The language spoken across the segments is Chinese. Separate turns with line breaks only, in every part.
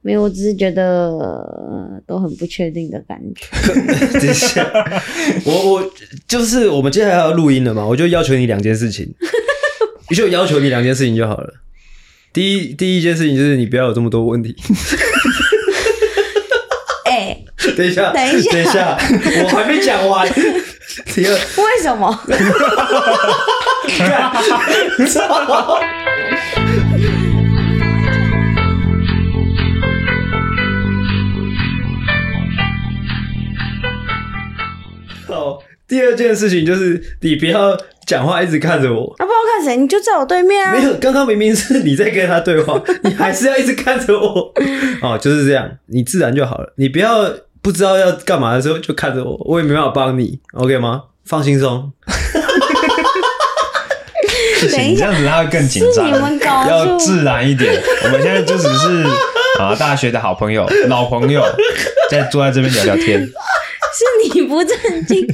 没有，我只是觉得、呃都很不确定的感觉。
等一下，我我就是我们接下来要录音了嘛，我就要求你两件 事情，你就要求你两件事情就好了。第一，第一件事情就是你不要有这么多问题。
哎、
等一下，
等一下
等一下，我还没讲 完。第二，
为什 么？
好，第二件事情就是你不要讲话一直看着我。
啊，不然我看谁？你就在我对面
没
啊！
有，刚刚明明是你在跟他对话，你还是要一直看着我。哦，就是这样，你自然就好了。你不要不知道要干嘛的时候就看着我，我也没办法帮你，OK 吗？放轻松，
不
等
行，
一
你这
下
样子他会更紧张。
是你们搞
要
错
自然一点。我们现在就只是啊，大学的好朋友、老朋友，在坐在这边聊聊天。
是你不正经。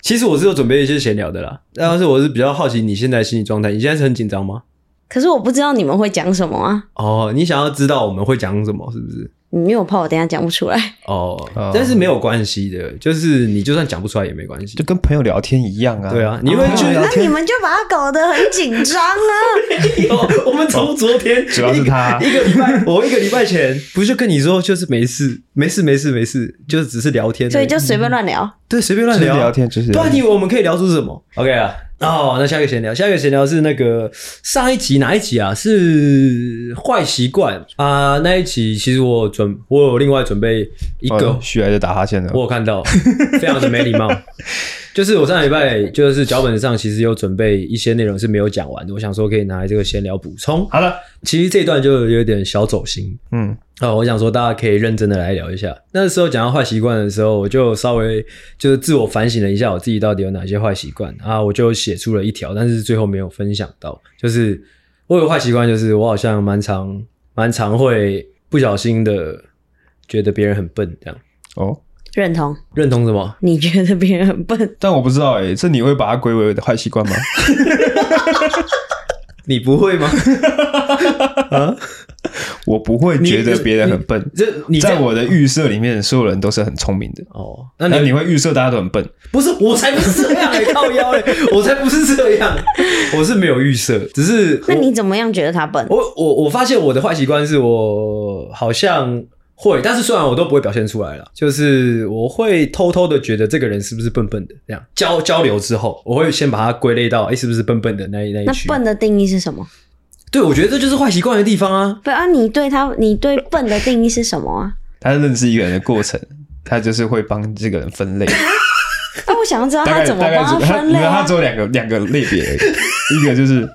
其实我是有准备一些闲聊的啦，但是我是比较好奇你现在的心理状态。你现在是很紧张吗？
可是我不知道你们会讲什么啊！
哦，你想要知道我们会讲什么，是不是？
因为我怕我等一下讲不出来。
哦
哦，
但是没有关系的，就是你就算讲不出来也没关系
就。跟朋友聊天一样啊。
对啊，你会
就
去
聊
那你
天，
们就把它搞得很紧张 啊！
有，哦我们从昨天
主要是他
一个一个礼拜，我一个礼拜前不就跟你说，就是没事，没事，没事，没事，就只是聊天而已，
所以就随便乱聊。
对随便
就
乱
是
聊
聊，天，就是
不然你以为我们可以聊出什么？OK 啊，哦，那下一个闲聊，下一个闲聊是那个上一集哪一集啊？是坏习惯啊，那一集其实我有准我有另外准备一
一
个
徐来就打哈欠了
我。有看到，非常的没 礼貌。就是我上礼拜就是脚本上其实有准备一些内容是没有讲完的，我想说可以拿来这个闲聊补充。
好了，
其实这一段就有点小走心
嗯，
啊、我想说大家可以认真的来聊一下。那时候讲到坏习惯的时候，我就稍微就是自我反省了一下，我自己到底有哪些坏习惯啊，我就写出了一条，但是最后没有分享到。就是我有坏习惯，就是我好像蛮常蛮常会不小心的觉得别人很笨这样。
哦，
认同？
认同什么？
你觉得别人很笨？
但我不知道哎、这你会把它归为我的坏习惯吗？
你不会 吗？
我不会觉得别人很笨。
这你这
在
样
我的预设里面，所有人都是很聪明的。
哦，那
那
你
你会预设大家都很笨，
不是我才不是这样嘞、靠腰嘞、我才不是这样，我是没有预设，只是
那你怎么样觉得他笨？
我我我发现我的坏习惯是我好像会，但是虽然我都不会表现出来了，就是我会偷偷的觉得这个人是不是笨笨的，这样交交流之后，我会先把它归类到哎、诶是不是笨笨的那一那一
那
区。
笨的定义是什么？
对，我觉得这就是坏习惯的地方啊。
不啊，你对他，你对笨的定义是什么啊？
他认识一个人的过程，他就是会帮这个人分类。
那我想要知道
大
他
概
啊怎么
大概
帮
只
分类
没有
啊
他只？有两个两个类别而已，一个就是，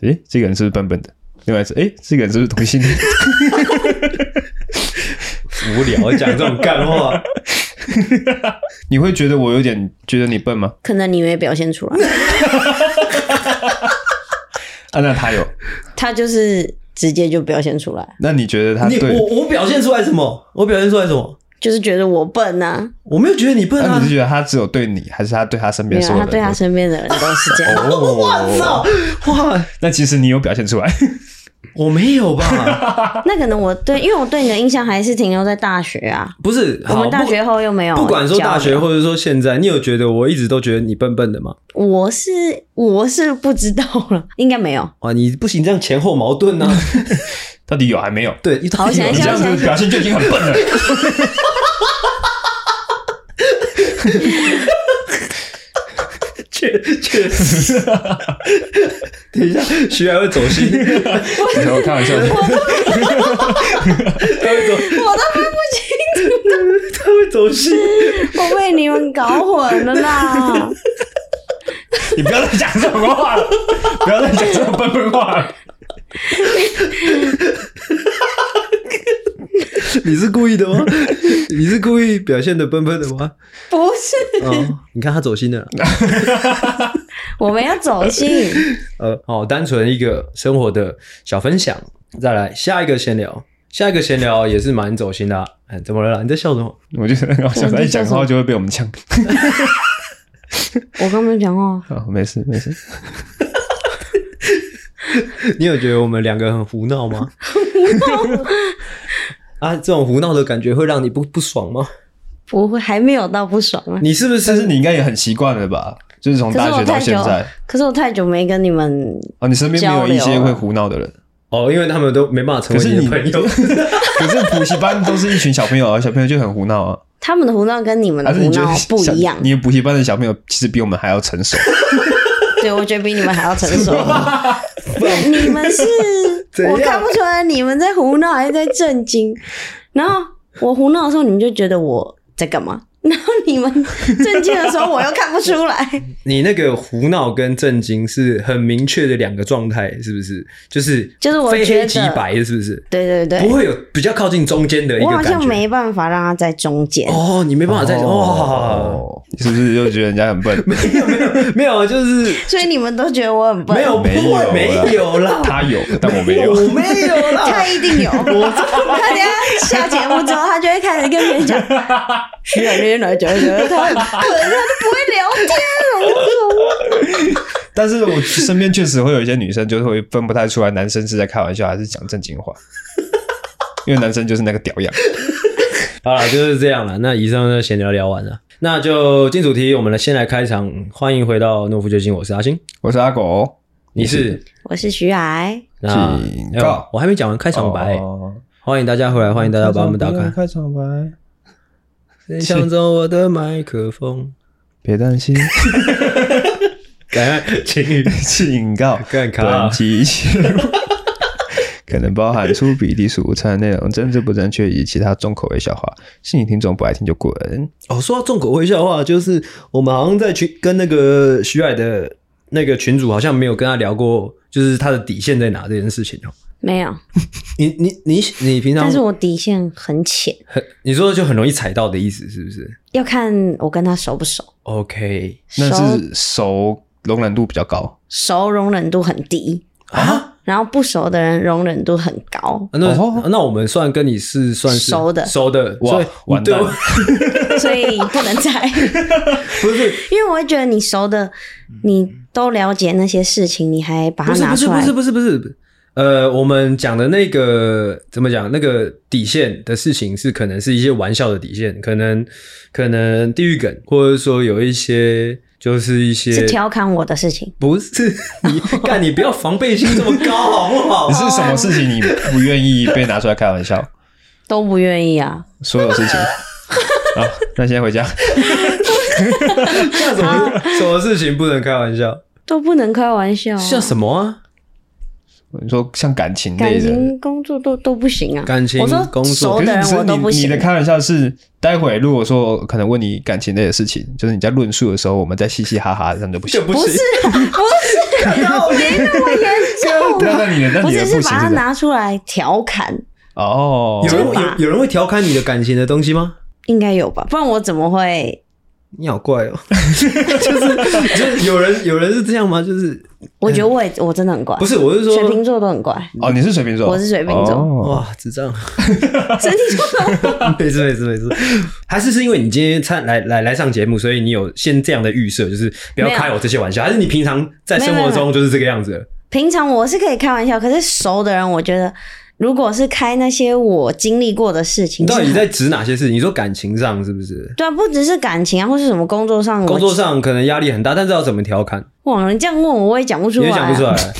诶、这个人是不是笨笨的？另外是，诶、这个人是不是同性恋？
无聊啊讲这种干 话，
你会觉得我有点觉得你笨吗？
可能你没表现出来，
啊，那他有，
他就是直接就表现出来，
那你觉得他
你
对？
我我表现出来什么？我表现出来什么？
就是觉得我笨呐。
我没有觉得你笨
那
啊
你是。觉得他只有对你，还是他对他身
没
边
有，啊
所有
他
人？
对他身边的人都是这样。
哦， 我操！
哇，
那其实你有表现出来，
我没有吧？
哦
那可能我对，因为我对你的印象还是停留在大学啊。
不是，
我
好
们大学后又没有
不不管说大
交
学
流，
或者说现在，你有觉得我一直都觉得你笨笨的吗？
我是我是不知道了，应该没有。
哇，你不行，这样前后矛盾 呢、啊？
到底有还没有？
对，你
好想
你
一
这
下
样子表现就已经很笨了。
确确实。等一下，徐还会走心， 他
我开玩笑的，
会走，
我都分不清
他会走心。
我被你们搞混了啦！
你不要再讲这种话了， 不要再讲这种笨笨话了。
你是故意的吗？你是故意表现的笨笨的 吗？
不是，
哦，你看他走心了啦。
我们要走心。
呃，哦，单纯一个生活的小分享。再来下一个闲聊，下一个闲聊也是蛮走心的、啊。哎，怎么了啦？你在笑什么？
我觉得很好笑，
我们
他
在
一
讲
讲
什么
话就会被我们呛。
我刚没有讲哦话，
好，没事没事。
你有觉得我们两个很胡闹吗？啊，这种胡闹的感觉会让你不不爽吗？
不会还没有到不爽啊。
你是不
但是
是
你应该也很习惯了吧？就是从
可
大
是我
学到
太
现
久
在，，
可是我太久没跟你们，
哦，你身边没有一
交
些
流了啊
会胡 闹的人，
哦？因为他们都没办法成为
可是
你
你
的朋友，
可是补习班都是一群小朋友啊，小朋友就很胡闹啊。
他们的胡闹跟你们的
还是
胡
你觉
闹
得
不
小
一样，
你补习班的小朋友其实比我们还要成熟，
对我觉得比你们还要成熟。 你们是
怎，样
我看不出来你们在胡闹还是在震惊。然后我胡闹的时候，你们就觉得我在干嘛？然后你们震惊的时候，我又看不出来。
你那个胡闹跟震惊是很明确的两个状态，是不是？就是
就是我
非
觉
黑
得
即白的，是不是？
对对
不
对，
会有比较靠近中间的一
我
个
好
感觉。
像没办法让他在中间。
哦，你没办法在哦，
哦，你是不是又觉得人家很笨？
没有没有没有，就是
所以你们都觉得我很笨，
没有
没
不会
有啦
没有啦，
他有，但我没有。
我没有啦。
他一定有。他等一下下节目之后，他就会开始跟别人 讲，徐远那天来讲，觉得他很笨，他都不会聊天，我不懂。
但是我身边确实会有一些女生，就是会分不太出来男生是在开玩笑还是讲正经话，因为男生就是那个屌样。
好了，就是这样了。那以上的闲聊聊完了，那就进主题，我们来先来开场。欢迎回到诺夫救星，我是阿星，
我是阿狗，
哦你是
我是徐海，
那
警
哎
告
呦我还没讲完开场白，
哦
欢迎大家回来，欢迎大家把我们打开。
开场白，
谁抢走我的麦克 风？
别担 心，
感恩情侣
警告，
干卡
本集节目可能包含粗鄙、低俗、无餐内容、政治不正确以及其他重口味笑话，信你听众不爱听就滚。
哦，说到重口味笑话，就是我们好像在群跟那个徐海的那个群主好像没有跟他聊过，就是他的底线在哪这件事情哦。
没有，
你你你你平常
但是我底线很浅，
很你说就很容易踩到的意思是不是
要看我跟他熟不熟，
？OK
那
熟
是熟容忍度比较高，
熟容忍度很低，
啊，
然后不熟的人容忍度很 高，
那、啊
哦
那我们算跟你是算是
熟的
熟的，
哇
所以
完
你对我
蛋
所以不能再，
不是
因为我会觉得你熟的，你都了解那些事情，你还把它
不是
拿
不是
出
不
来
是不是不是，呃，我们讲的那个怎么讲？那个底线的事情是可能是一些玩笑的底线，可能可能地狱梗，或者说有一些就是一些
是调侃我的事情，
不是你 干，你不要防备心这么高好不好
你？
哦
是什么事情你不愿意被拿出来开玩笑？
都不愿意啊。
所有 事情。好，那先回家。
像什么什么事情不能开玩笑？
都不能开玩笑、啊，
像什么啊？
你说像感情类
感
的，
情、工作都都不行啊。
感情
我说
工作
熟
可
的
是
人
只是
我都不
你你
行
的。开玩笑是，待会如果说我可能问你感情类的事情，就是你在论述的时候，我们在嘻嘻哈哈，这样就不行
就。不
不是
行，
啊，不是啊，没那么严
对啊，
重啊。
那你的那
不
你的
是，
不
是
行
把它
是吧？
拿出来调侃，
哦，
有人
就是把
有有人会调侃你的感情的东西吗？
应该有吧？不然我怎么会？
你好怪哦， 就是就是有人有人是这样吗？就是
我觉得我也我真的很怪
嗯不，是，我是说
水瓶座都 很怪，
哦，你是水瓶座，
我是水瓶座
哦
哇，智障！
水瓶座都
没事没事没事，还是是因为你今天参来来来上节目，所以你有先这样的预设，就是不要
没有
开我这些玩笑，还是你平常在生
没有
活
没有
中就是这个样 子的？
平常我是可以开玩笑，可是熟的人，我觉得如果是开那些我经历过的事情，
你到
是
底
很
在指哪些事情？你说感情上是不是？
对啊，不只是感情啊，或是什么工作上，
工作上可能压力很大，但是要怎么调侃，
我哇，你这样问我，我也讲不出
你
来、
也
啊，
讲不出来。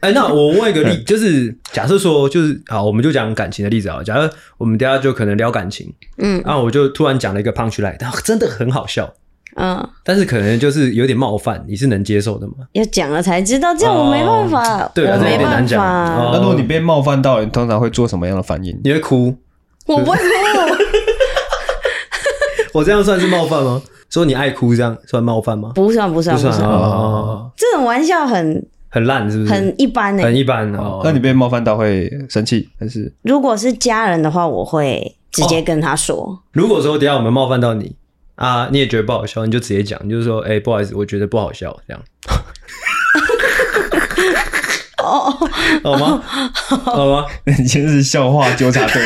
哎、那我问一个例，就是假设说，就是好，我们就讲感情的例子好了。假设我们等一下就可能聊感情，
嗯
那我就突然讲了一个 punch line，但真的很好笑，
嗯，
但是可能就是有点冒犯，你是能接受的吗？
要讲了才知道，这样我没办法，
对啊
我
这
没
有点难
办
讲
法，
哦
那如果你被冒犯到，你通常会做什么样的反应？
你会哭，
我不会哭，
我这样算是冒犯吗？说你爱哭这样算冒犯吗？
不算不算
不
不
算啊，
算，
哦
这种玩笑很
很烂是不是？
很一般欸呢、
嗯很一般哦。
那你被冒犯到会生气，还是
如果是家人的话，我会直接跟他说，
如果说等一下我们冒犯到你啊，你也觉得不好笑，你就直接讲，你就说哎、不好意思，我觉得不好笑这样。
哦，
好吗？好吗？
你今天是笑话纠察队？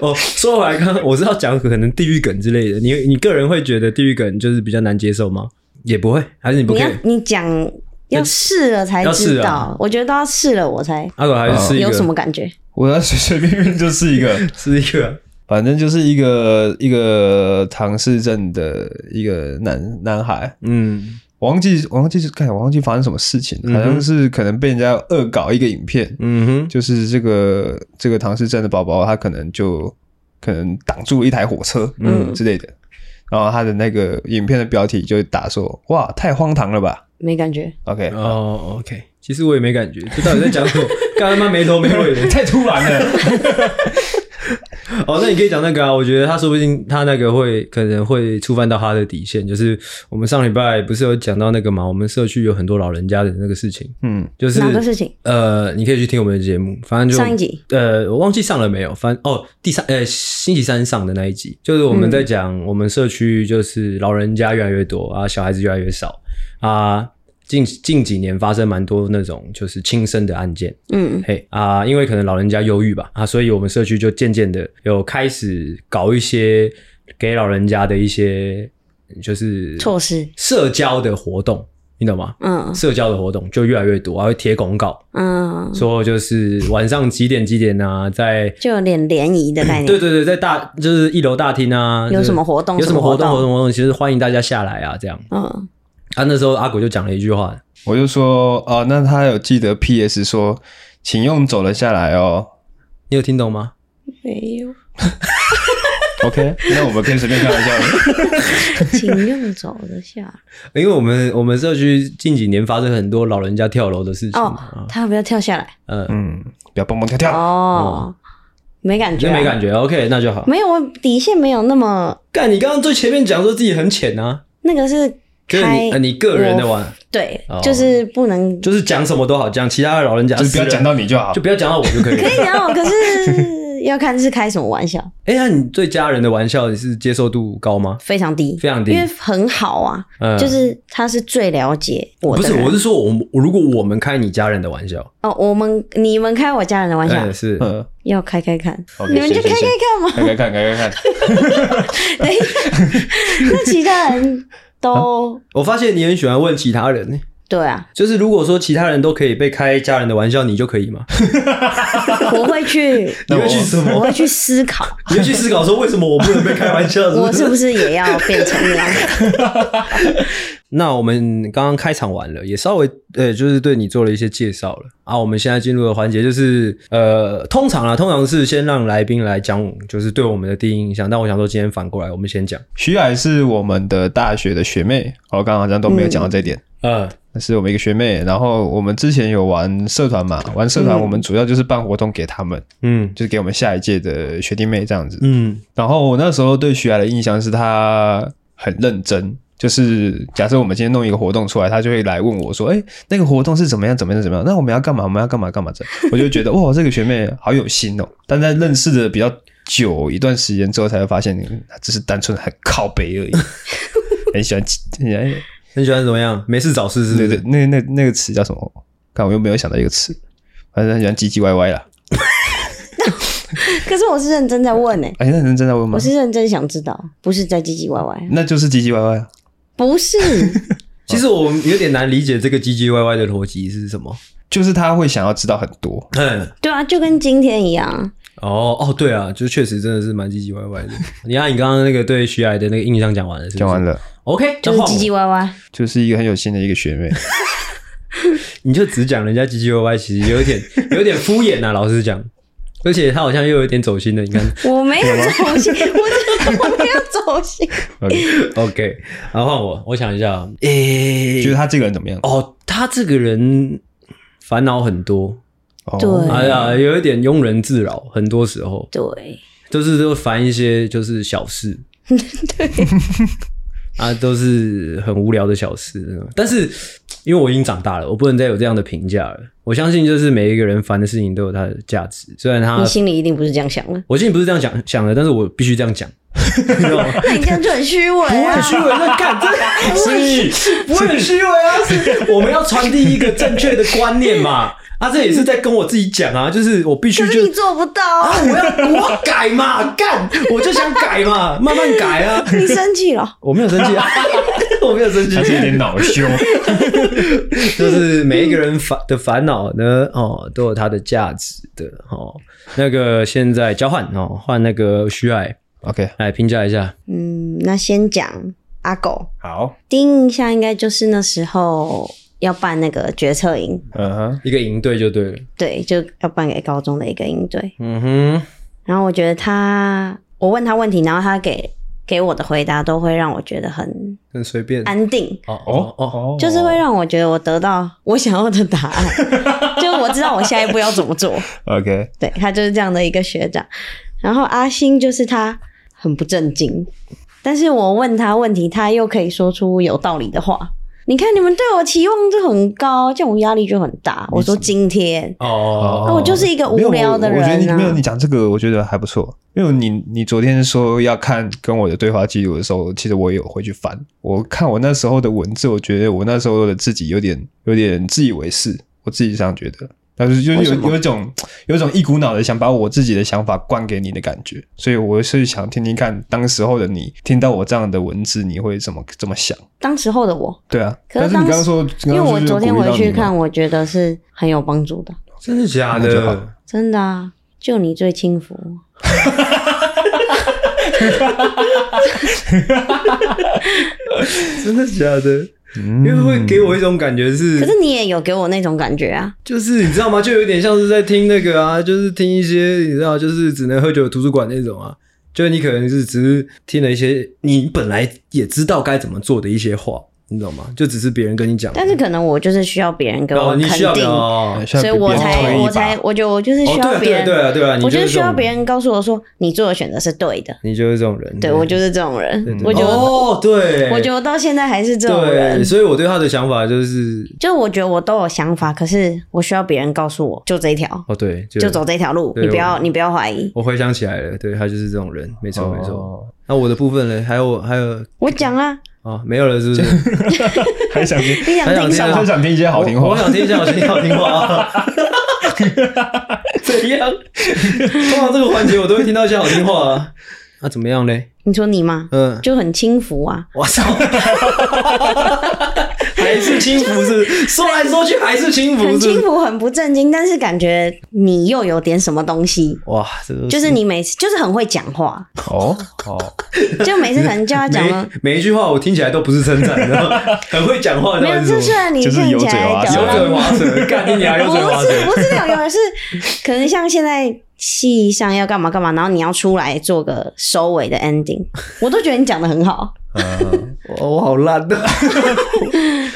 哦，说回来，刚刚我知道讲可能地狱梗之类的，你你个人会觉得地狱梗就是比较难接受吗？也不会，还是你不
你
可
要
以？
你讲要试了才
要试
知
啊
道，我觉得都要试了我才
阿狗还是是一
有
个
什么感觉。
我要随随便便就是一个，
是一个
反正就是一个一个唐氏症的一个男男孩，
嗯
我忘记我忘记是看我忘记发生什么事情，
嗯哼
好像是可能被人家恶搞一个影片，
嗯哼，
就是这个这个唐氏症的宝宝，他可能就可能挡住一台火车，嗯
嗯
之类的。然后他的那个影片的标题就打说：“哇，太荒唐了吧
没感觉。
！”OK，、
哦，OK，其实我也没感觉，这到底在讲什么？ 干他妈没头没尾的， 太突然了。哦，那你可以讲那个啊，我觉得他说不定他那个会可能会触犯到他的底线，就是我们上礼拜不是有讲到那个嘛，我们社区有很多老人家的那个事情，
嗯，
就是
哪个事情？
呃，你可以去听我们的节目，反正就
上一集。
呃，我忘记上了没有，反正哦，第三呃星期三上的那一集，就是我们在讲我们社区就是老人家越来越多啊，小孩子越来越少啊，近近几年发生蛮多那种就是轻生的案件，
嗯，
嘿啊，因为可能老人家忧郁吧啊，所以我们社区就渐渐的有开始搞一些给老人家的一些就是
措施。
社交的活动，你懂吗？
嗯
社交的活动就越来越多，还会贴公告，
嗯，
说就是晚上几点几点啊，在
就有点联谊的概念。
对对对，在大就是一楼大厅啊，
有
就是
什么活动
有什
什
么
么
活
活
动
动
活动活动，其实欢迎大家下来啊，这样。
嗯，
啊，那时候阿果就讲了一句话，
我就说哦，那他有记得 PS 说，请用走了下来哦。
你有听懂吗？
没有，
OK，那我们可以随便开玩笑了。
请用走了下。
因为我们我们社区近几年发生很多老人家跳楼的事情，
哦
啊，
他要不要跳下来？
嗯，
嗯，不要蹦蹦跳跳。
哦，没感觉
就
啊，
没感觉，OK，那就好。
没有，我底线没有那么
干，你刚刚最前面讲说自己很浅啊，
那个是
就是
开
你呃你个人的
我
玩，
对
哦，
就是不能
就是讲什么都好讲，其他的老人家
就是不要
死了
讲到你就好
就。不要讲到我就可以了。
可以聊，可是要看是开什么玩笑，
哎，那你对家人的玩笑你是接受度高吗？
非常低，
非常低
因为很好啊，
嗯
就是他是最了解我
不
的
是，
人
我是说我们，我如果我们开你家人的玩笑，
哦，我们你们开我家人的玩笑
嗯，是，
嗯
要开开看，
，OK，
你们就
行
开开， 看嘛，
行行开开看，开开看。
等一下，那其他人都
我发现你很喜欢问其他人，哎
对啊，
就是如果说其他人都可以被开家人的玩笑，你就可 以吗？
我会 去，
你会去什
我
么？
会去思 考，
你会去思考说为什么我不能被开玩笑？
我
是
是
不
不是
是？
也要变成那样？
那我们刚刚开场完了，也稍微呃，就是对你做了一些介绍了啊。我们现在进入的环节就是呃，通常啊，通常是先让来宾来讲，就是对我们的第一印象。但我想说，今天反过来，我们先讲。
徐雅是我们的大学的学妹，我刚刚好像都没有讲到这一点。
嗯
呃，
那是我们一个学妹，然后我们之前有玩社团嘛，玩社团我们主要就是办活动给他们，
嗯
就是给我们下一届的学弟妹这样子。
嗯
然后我那时候对徐雅的印象是她很认真，就是假设我们今天弄一个活动出来，她就会来问我说：“哎，那个活动是怎么样怎么样怎么样？那我们要干嘛？我们要干嘛干嘛这样？”我就觉得哇，这个学妹好有心哦。但在认识的比较久一段时间之后，才会发现嗯她只是单纯很靠北而已，很喜欢很喜欢
很喜欢怎么样？没事找事是不
对
是？
对，那那那个词叫什么？看我又没有想到一个词，反正很喜欢唧唧歪歪啦。
可是我是认真在问
嗯
呢、
哎，那人真在问吗
我？是认真想知道，不是在唧唧歪歪，
那就是唧唧歪歪啊。
不是
其实我有点难理解这个唧唧歪歪的逻辑是什么。
就是他会想要知道很多，
嗯，
对啊，就跟今天一样，
哦哦，对啊，就确实真的是蛮唧唧歪歪 的。你看你刚刚那个对徐矮的那个印象讲完了，是不是
讲完。了，
OK，
就是唧唧
歪，
歪歪。
就是一个很有心的一个学妹。
你就只讲人家唧唧歪歪，其实有点 有点敷衍啊，老实讲。而且他好像又有点走心了，你 看。
我没有走心，我我没有走心。
OK，
OK，然后换我，我想一下啊，诶、
觉得他这个人怎么样？
哦，他这个人烦恼很多，
哦
对
哎呀，有一点庸人自扰，很多时候
对，
都是都烦一些就是小事，对，啊，都是很无聊的小事。但是因为我已经长大了，我不能再有这样的评价了。我相信就是每一个人烦的事情都有它的价值，虽然他
你心里一定不是这样想的，
我心里不是这样想想的，但是我必须这样讲，你知道吗？
那你这样就很虚伪
不会
啊
很！虚伪，那干这不会不会很虚伪啊！是我们要传递一个正确的观念嘛。啊，这也是在跟我自己讲啊，就是我必须
可
就是
你做不到
啊
啊！，
我要我改嘛，干，我就想改嘛，慢慢改啊。
你生气了，
我没有生气啊， 我没有生气
他，是有点恼羞。
就是每一个人烦的烦恼呢，哦，都有它的价值的哦。那个现在交换哦，换那个虚矮
OK，
来评价一下，
嗯，那先讲阿狗，
好，
第一印象应该就是那时候要办那个决策营，
嗯哼，
一个营队就对了。
对，就要办给高中的一个营队。
嗯哼，
然后我觉得他，我问他问题，然后他给给我的回答都会让我觉得很
很随便。
安定，
哦
哦
哦哦，
哦，
就是会让我觉得我得到我想要的答 案，就我知道我下一步要怎么做。
OK，
对他就是这样的一个学长。然后阿星就是他很不正经，但是我问他问题，他又可以说出有道理的话。你看你们对我期望就很高，这种压力就很大。我说今天，
哦
那我就是一个无
没有
聊的人、啊
我我觉得你没有你讲这个，我觉得还不错。因为你你昨天说要看跟我的对话记录的时候，其实我也有回去翻。我看我那时候的文字，我觉得我那时候的自己有点 有点自以为是，我自己这样觉得。但是就是有有一种有一种一股脑的想把我自己的想法灌给你的感觉，所以我是想听听看，当时候的你听到我这样的文字，你会怎么怎么想？
当时候的我，
对啊，
可是
但是你
当
刚刚
时
说，
因为
刚刚
我
说就是
昨天
鼓励
回
到
去
你嘛
看，我觉得是很有帮助的，
真的假
那就好
的？
真的啊，就你最轻浮。
真的假的？因
因
为会给我一种感觉是，
可是你也有给我那种感觉啊，
就是你知道吗？就有点像是在听那个啊，就是听一些你知道，就是只能喝酒的图书馆那种啊。就是你可能是只是听了一些你本来也知道该怎么做的一些话，你懂吗？就只是别人跟你讲的，
但是可能我就是需要别人给我
哦，
肯
你需要
定，
哦，
需要
所以
别
我
人
才
推一
我
把
才我觉得我就是需
对
要
啊
别
对
人，
啊对啊对啊，你
我就是
是
需要别
人，
人告诉我说你做的选择是对的。
你就是这种人。
对，我就是这种人，
对对
我觉得我、
哦，对，
我觉得我到现在还是这种
对，
人，
所以我对他的想法就是，
就我觉得我都有想法，可是我需要别人告诉我，就这一条，
哦，对，就
就走这条路，
对哦
你不要
我
你不要怀疑。
我回想起来了，对他就是这种人，没错没错。
哦
那我的部分呢？还有还有
我讲啊，
啊，没有了是不是？
还想 听，
你想
还想
听什
听啊
么
还？想听一些好听
我
话
我。想听一下好听好听 话。怎样？通常这个环节我都会听到一些好听话啊。那、怎么样嘞？
你说你吗？
嗯，
就很轻浮啊，
我 操，还是轻浮是不是说来说去还是轻浮是
很
不是
轻浮，很不正经，但是感觉你又有点什么东西。
哇，这个
就是你每次就是很会讲 话，
哦哦，
就每次可能叫他讲了
每每一句话我听起来都不是称赞，然后很会讲话，
没有，
你知
这
道是
虽
什么
然你
就是
看
油
起
嘴滑
来啊
舌
讲
油
话
嘴滑 舌，干你娘油嘴滑
不是
舌，
不是那种有人是可能像现在戏上要干嘛干嘛，然后你要出来做个收尾的 ending，我都觉得你讲的很好。
嗯，
我我好烂 的。
对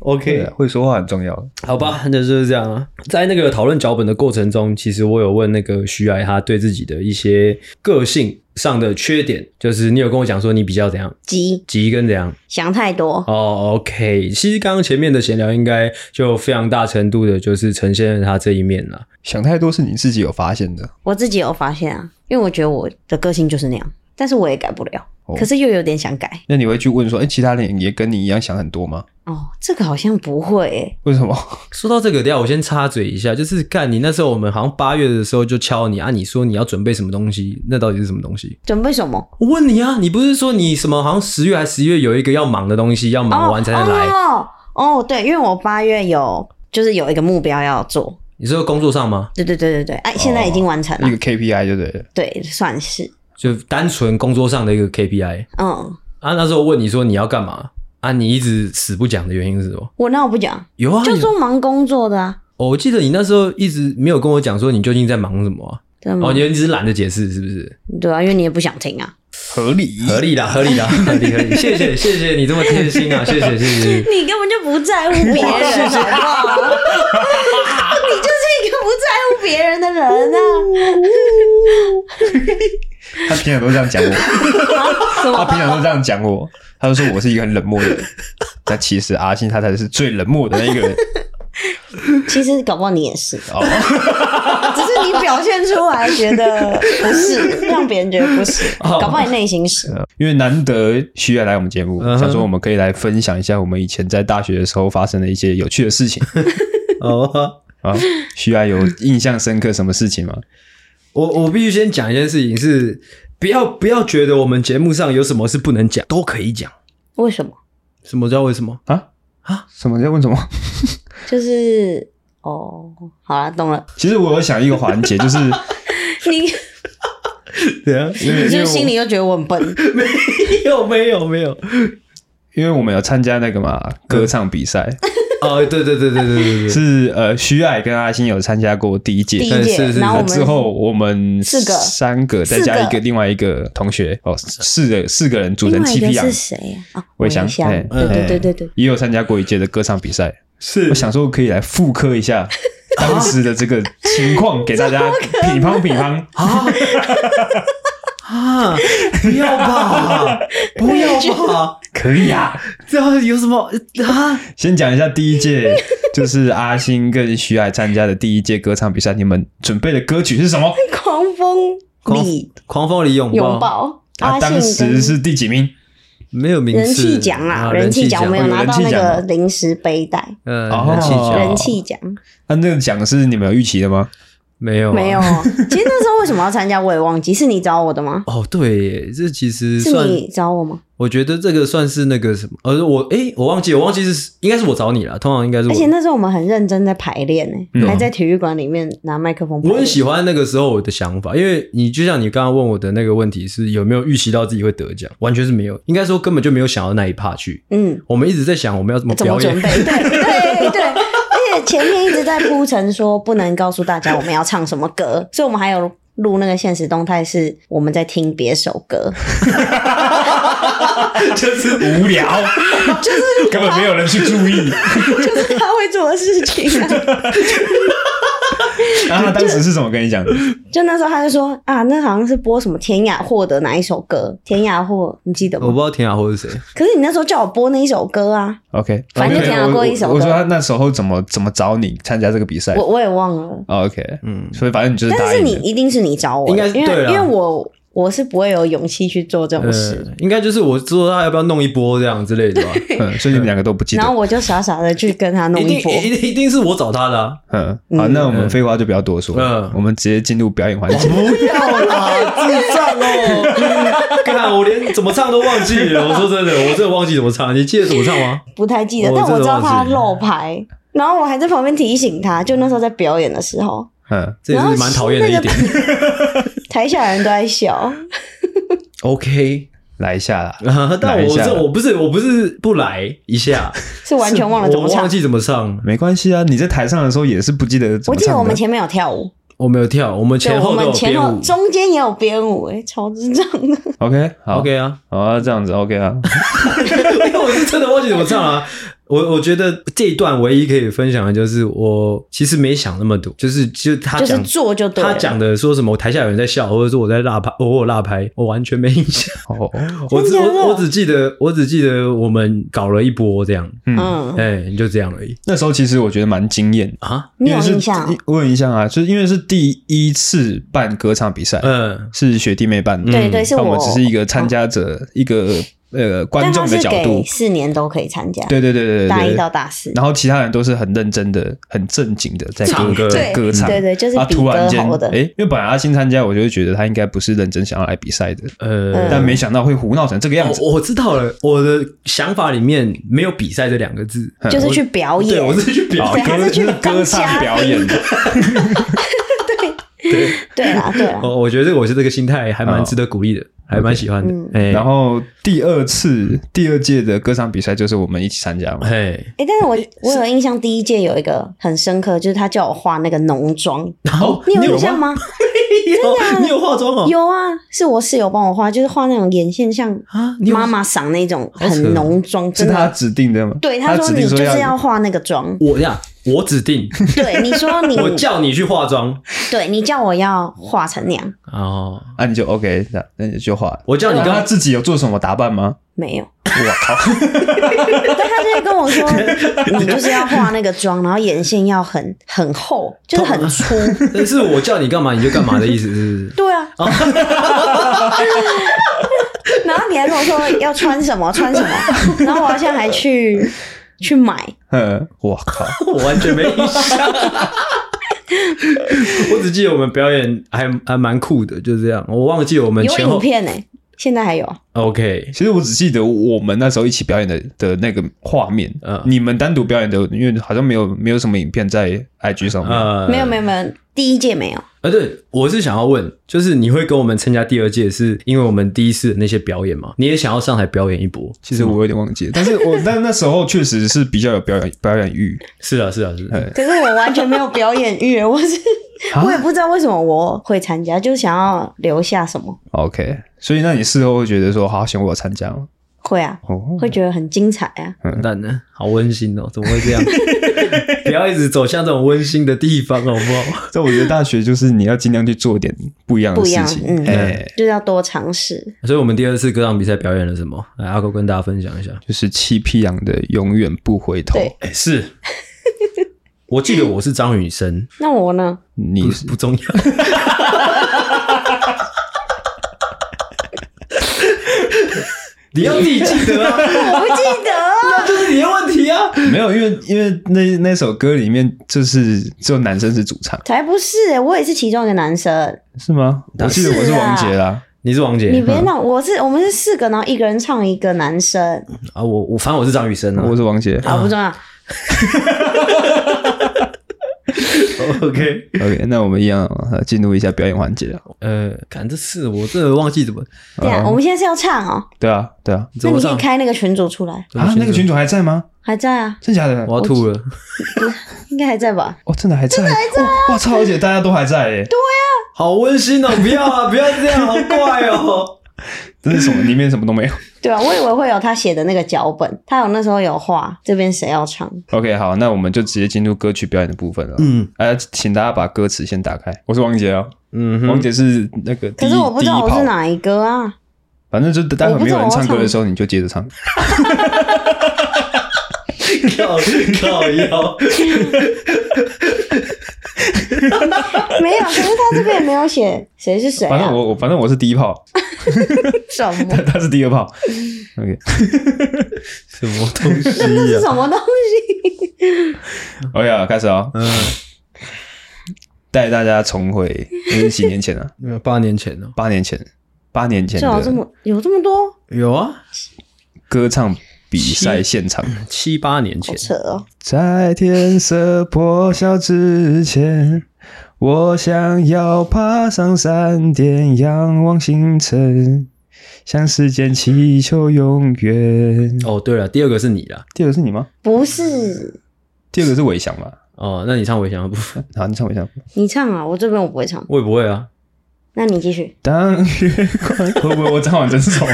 OK，
啊，会说话很重要。
好吧，那就是这样啊。在那个讨论脚本的过程中，其实我有问那个徐爱他对自己的一些个性上的缺点，就是你有跟我讲说你比较怎样
急
急跟怎样
想太多，
哦。OK，其实刚刚前面的闲聊应该就非常大程度的就是呈现了他这一面了。
想太多是你自己有发现的，
我自己有发现啊，因为我觉得我的个性就是那样，但是我也改不了
哦，
可是又有点想改。
那你会去问说，哎、其他人也跟你一样想很多吗？
哦，这个好像不会、欸，
为什么？
说到这个，等一下我先插嘴一下，就是干你那时候我们好像八月的时候就敲你啊，你说你要准备什么东西，那到底是什么东西？
准备什么？
我问你啊，你不是说你什么好像十月还十一月有一个要忙的东西，要忙完才能来？
哦哦，对，因为我八月有就是有一个目标要做，
你说工作上吗？
对对对对对，哎、现在已经完成了，
哦
一个 KPI 就对了。
对，算是，
就单纯工作上的一个 KPI
嗯，
啊。那时候问你说你要干嘛啊，你一直死不讲的原因是什么？
我那我不讲，
有啊，
就
有
说忙工作的啊，
哦，我记得你那时候一直没有跟我讲说你究竟在忙什么啊？
真的吗
哦，你你只是懒得解释是不是？
对啊，因为你也不想听啊。
合理，
合理啦，合理啦，合理合理。谢谢谢谢你这么贴心啊，谢谢谢谢。
你根本就不在乎别人，好不 好？你就是一个不在乎别人的人啊！
他平常都这 样讲我，
什
他
么？
平常都这样讲我，他就说我是一个很冷漠的人。但其实阿信他才是最冷漠的那一 个人。
其实搞不好你也是，
哦，
只是你表现出来觉得不 是，让别人觉得不是，
哦
搞不好你内心是。
因为难得徐远来我们节目，
嗯哼
想说我们可以来分享一下我们以前在大学的时候发生的一些有趣 的事情
哦，
啊。徐远有印象深刻什么事情吗？
我我必须先讲一件事情是，不要不要觉得我们节目上有什么是不能讲，都可以讲。
为什么？
什么叫为什么？
啊
啊？
什么在问什么？
就是哦，好了，懂了。
其实我有想一个环节，就是
你
对 啊，
因
你
为
是
因为
不是
我
心里又觉得我很 笨？
有没有没有？
因为我们有参加那个嘛
嗯
歌唱比赛，
哦，对对对对对对对，
是呃徐爱跟阿星有参加过第一届，
第一
但
届
是是
然后
呃
我们
之后我们
四个
三个再加
四
一个
个
另外一个同学哦，四个四个人组
另
成
外一
T
个
P 羊
是，谁啊？啊，
我
我
想
想，
哎
对对对对对，
也有参加过一届的歌唱比赛。
是
我想说可以来复刻 一下当时的这个情况，给大家乒乓乒乓。
啊 啊！不要 吧，不要吧，
可以啊，
这样有什么啊？
先讲一下第一届，就是阿星跟徐海参加的第一届歌唱比赛，你们准备的歌曲是什么？
狂风
狂
里
狂风里拥
拥抱
啊，
阿信
当时
跟
是第几名？
没有名
人
次
气奖
啊
啦，人气奖我们有
哦有
拿
人
到
气
那
奖
个
哦
零食背带，
呃，
哦
人气
哦
奖
人气奖
那那个奖是你们有预期的吗？
没有啊
没有。其实那时候为什么要参加我也忘记，是你找我的吗？
哦，对耶，这其实
是
算，
你找我吗？
我觉得这个算是那个什么，呃，我诶，我忘记，我忘记是应该是我找你了，通常应该是
而且
我。
那时候我们很认真在排练呢、
嗯
还在体育馆里面拿麦克风排
我
练。
很喜欢那个时候我的想法，因为你就像你刚刚问我的那个问题是有没有预期到自己会得奖，完全是没有，应该说根本就没有想到那一趴去。
嗯，
我们一直在想我们要怎么
怎么
表
准
演，
备？对 对对，而且前面一直在铺陈说不能告诉大家我们要唱什么歌，所以我们还有录那个现实动态，是我们在听别首歌，
就是无聊，就是根本没有人去注 意。
就是他会做的事情、啊。
啊然后他当时是怎么跟你讲的？
就那时候他就说啊，那好像是播什么天涯获得哪一首歌？天涯获你记得
我不
吗
知？道田雅或是谁。
可是你那时候叫我播那一首歌啊，
OK，
反正
没有
讲过一首歌
我我说他那时候怎么怎么找你参加这个比赛
我我也忘了。
哦？OK，
嗯，
所以反正你就是
但
答
是
应
你
的。
一定是你找我的，
应该
因
对
为
啦
因为我我是不会有勇气去做这种事，
呃，应该就是我说他要不要弄一波这样之类的吧。
嗯，所以你们两个都不记
然后
得。
我就傻傻的去跟他 弄
一定
一波。
一定一定是我找他 的、啊，
嗯，好，那我们废话就不要多说了
嗯，
我们直接进入表演环节。
不要啦，智障哦！看我连怎么唱都忘记了，我说真的，我真的忘记怎么唱，你记得怎么唱吗？
不太记得，
哦
但
这
我
个
知道
忘记
他
了
漏拍，然后我还在旁边提醒他，就那时候在表演的时候，
嗯，
这也是蛮讨厌的一点。
台下人都在笑，
OK，
来一下啦。
啊但
来一
我
下
这我不是我不是不来一下，
是完全忘了怎么
我
唱
忘。记怎么唱，
没关系啊，你在台上的时候也是不记得怎
我
么
记得我
唱
们
的。
前面有跳舞，
我没有跳，我们前
对，我
后都
们
有
前
编
后
舞。
中间也有编舞，哎，超智障的。
OK，好
OK 啊，
好啊，这样子 OK 啊。
因为哎我是真的忘记怎么唱啊。我我觉得这一段唯一可以分享的就是，我其实没想那么多，就是就他
就是
讲
做就对了
他讲的说什么，我台下有人在笑，或者说我在辣拍，我有辣拍，我完全没印 象。
哦，
我只
真的假的
我我只记得我只记得我们搞了一波这样，
嗯，
嗯，
哎、就这样而已
那时候其实我觉得蛮惊艳的。
啊。
你有
因为是
印象哦？
我有印象啊，就是因为是第一次办歌唱比赛，
嗯，
是学弟妹办的，
对对，是
那我
我，
们只是一个参加者，一个呃观
但他
众的
是
角
给
度。
四年都可以参加，
对对对对对
大
对
一
对
到。大四。
然后其他人都是很认真的、很正经的在
唱歌
歌在歌唱。
对对，就是
啊！
比
突然
歌
间
喉，的
哎，，因为本来阿星参加，我就会觉得他应该不是认真想要来比赛的，
嗯
呃，
但没想到会胡闹成这个样
哦
子。
我我知道了，我的想法里面没有比赛这两个字，
嗯就是去表演。
对嗯我是去表
对
演。
他是去
歌
当
歌
嘉
唱表演的，
对啦，对 啦，
哦我我觉得我是这个心态还蛮值得鼓励的，还蛮喜欢的。
嗯
哎、
然后第二次第二届的歌唱比赛就是我们一起参加嘛，
哎，
哎、但是我我有印象，第一届有一个很深刻，就是他叫我画那个浓妆，
然后
哦你有印象？吗？
你 有你有化妆哦？
有啊，是我室友帮我画，就是画那种眼线像
啊，你有
妈。妈桑那种
扯，
很浓妆，
是
真
他
的。
指定的吗？
对，
他
他说
指
你
定
就
说
是要画那个妆
我呀，我指 定，
对，你说你，
我叫你去化妆
对你叫我要画成那样，
哦，
啊，你就 OK，那那你就画。
我叫你
那
跟
他
我
啊
自己有做什么打扮吗？
没 有，
我靠，
但他就会跟我 说，你就是要画那个妆，然后眼线要很很厚，就是很粗，
但是我叫你干嘛你就干嘛的意思是 不是？
对啊， 然后你还跟我说要穿什么穿什 么，然后我好像还去去买，
嗯， 我靠，
我完全没印 象。我只记得我们表演还还蛮酷的，就是这样。我忘记我们
有
前
影
后
片呢、欸现在还有啊？
OK，
其实我只记得我们那时候一起表演的的那个画面，
嗯
你们单独表演的，因为好像没有没有什么影片在 IG 上面。
呃，
没有没有没有，第一届没有。
呃，对，我是想要问，就是你会跟我们参加第二届，是因为我们第一次的那些表演嘛？你也想要上台表演一波？
其实我有点忘 记了，但是我但那时候确实是比较有表演表演欲，
是啊，是啊，是啊。
哎
可是我完全没有表演欲，欸我是我也不知道为什么我会参加，就想要留下什么。
OK，所以那你事后会觉得说，好想我有参加吗？
会啊，
哦，
会觉得很精彩啊。
完蛋了，好温馨哦！怎么会 这样？不要一直走向这种温馨的地方，好不好？
这我觉得大学就是你要尽量去做点不一样的
不一
事
样
情，
嗯
哎，
就是要多尝试。
所以，我们第二次歌唱比赛表演了什么？来，阿狗跟大家分享一下。
就是七匹狼的永远不回头。
对
哎、是，我记得我是张雨生，
那我呢？
你
不是不重要。 你要自己记得 啊，
我不记得，
这是你的问题啊。
没有，因为因为那那首歌里面就是只有男生是主唱，
才不是、欸，我也是其中一个男生。
是吗？
啊
我记得我是
啊
王杰啦，
你是王
你
杰
嗯
别闹，我是我们是四个，然后一个人唱一个男生，
嗯
啊，我我反正我是张雨生啊。
我是王杰。
好不重要。
哦 OK，
OK，那我们一样呃进入一下表演环节了。
呃，看这次我真的忘记怎么
对
嗯
啊，我们现在是要唱哦、
对啊，对啊。
那
怎么
你可以
上
开那个群组出来，
怎么
啊，那个群主还在吗？
还在啊，
真假的？
我要吐了。
应该还在吧？
哦，真的还在，真的还在、
啊
哇操！而且大家都还在耶，
好温馨哦！不要 啊，不要这样，好怪哦。
真的什么里面什么都没有。
对啊，我以为会有他写的那个脚本，他有那时候有画这边谁要唱，
OK，好，那我们就直接进入歌曲表演的部分了。
嗯
哎、请大家把歌词先打开。我是王杰哦，
嗯
王杰是那个第
可
一
是我不
第
知
一
道我是
炮，
哪一个 啊。
反正就待会没有人唱歌的时候，你就接着唱。
靠靠腰，
没有，可是他这边也没有写 谁是谁
反正
啊？
我我反正我是第一炮，
什么？
他他是第 二炮。OK
什么东西
这是
呀、
什么东西？
OK，好开始哦，
嗯，
带大家重回那是几年前啊？
八年前哦，
八年前，八年前
最好这
的
么有这么多，
有啊，
歌唱比赛 现场。
七八年
好
前，
扯哦！
在天色破晓之前，我想要爬上山巅，仰望星辰，向时间祈求永远。
哦，对了，第二个是你啦。
第二个是你吗？
不是
第二个是伟翔吧？
哦，那你唱我想的部分，
好，你唱伟翔。
你唱啊，我这边我不会唱，
我也不会啊。
那你继续。
当月光， 会不会我唱完真丑？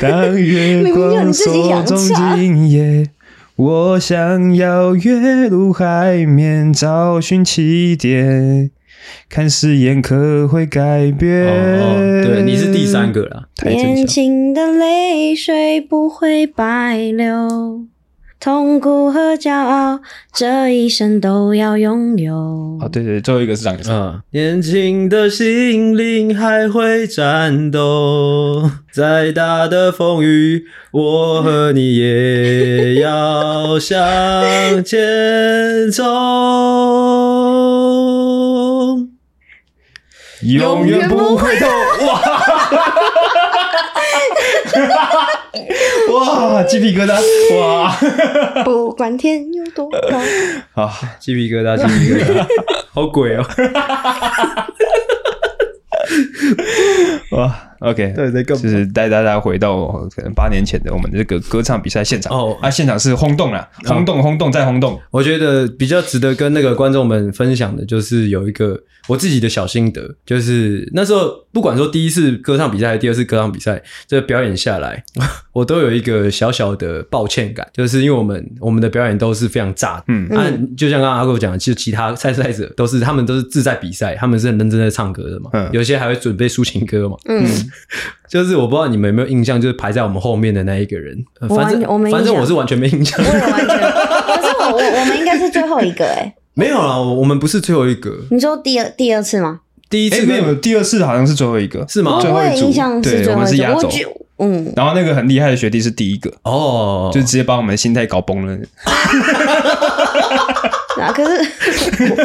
当月光手中今夜，我想要跃入海面，找寻起点，看誓言可会改
哦
变。
哦，对，你是第三，个啦。
太
年
正常。
轻的泪水不会白流，痛苦和骄傲这一生都要拥有。
哦，对对，最后一个是这样子。
嗯，年轻的心灵还会战斗，再大的风雨，我和你也要向前走。
永远不回头。 哇！哇，鸡皮疙瘩！哇
不管天有多 高，
啊！
鸡皮疙瘩，鸡皮疙瘩，好鬼哦！
哇，OK，
到底在干嘛
就是带大家回到可能八年前的我们这个歌唱比赛现场
哦
啊，现场是轰动啦，轰动，轰动再轰动。
我觉得比较值得跟那个观众们分享的，就是有一个我自己的小心得，就是那时候不管说第一次歌唱比赛还是第二次歌唱比赛，这表演下 来，我都有一个小小的抱歉感，就是因为我们我们的表演都是非常炸的，
嗯
啊，就像刚刚阿狗讲的，其实其他参赛者都是他们都是志在比赛，他们是很认真在唱歌的嘛，
嗯
有些还会准备抒情歌嘛，
嗯，
就是我不知道你们有没有印象，就是排在我们后面的那一个人，呃
我完
反正
我没印象
反正我是完全没印象
我，也完全。可是我我我们应该是最后一个哎、
没有啦，我我们不是最后一个，
你说第二第二次吗？
第一
哎，
次
没
跟
有，第二次好像是最后一个，
是吗
最？后
我
一
也
组
印象是
对
最
我
后
们是
一
压
个，
轴
我就嗯，
然后那个很厉害的学弟是第一个，
哦，
就直接把我们的心态搞崩了。
啊，可是，
哦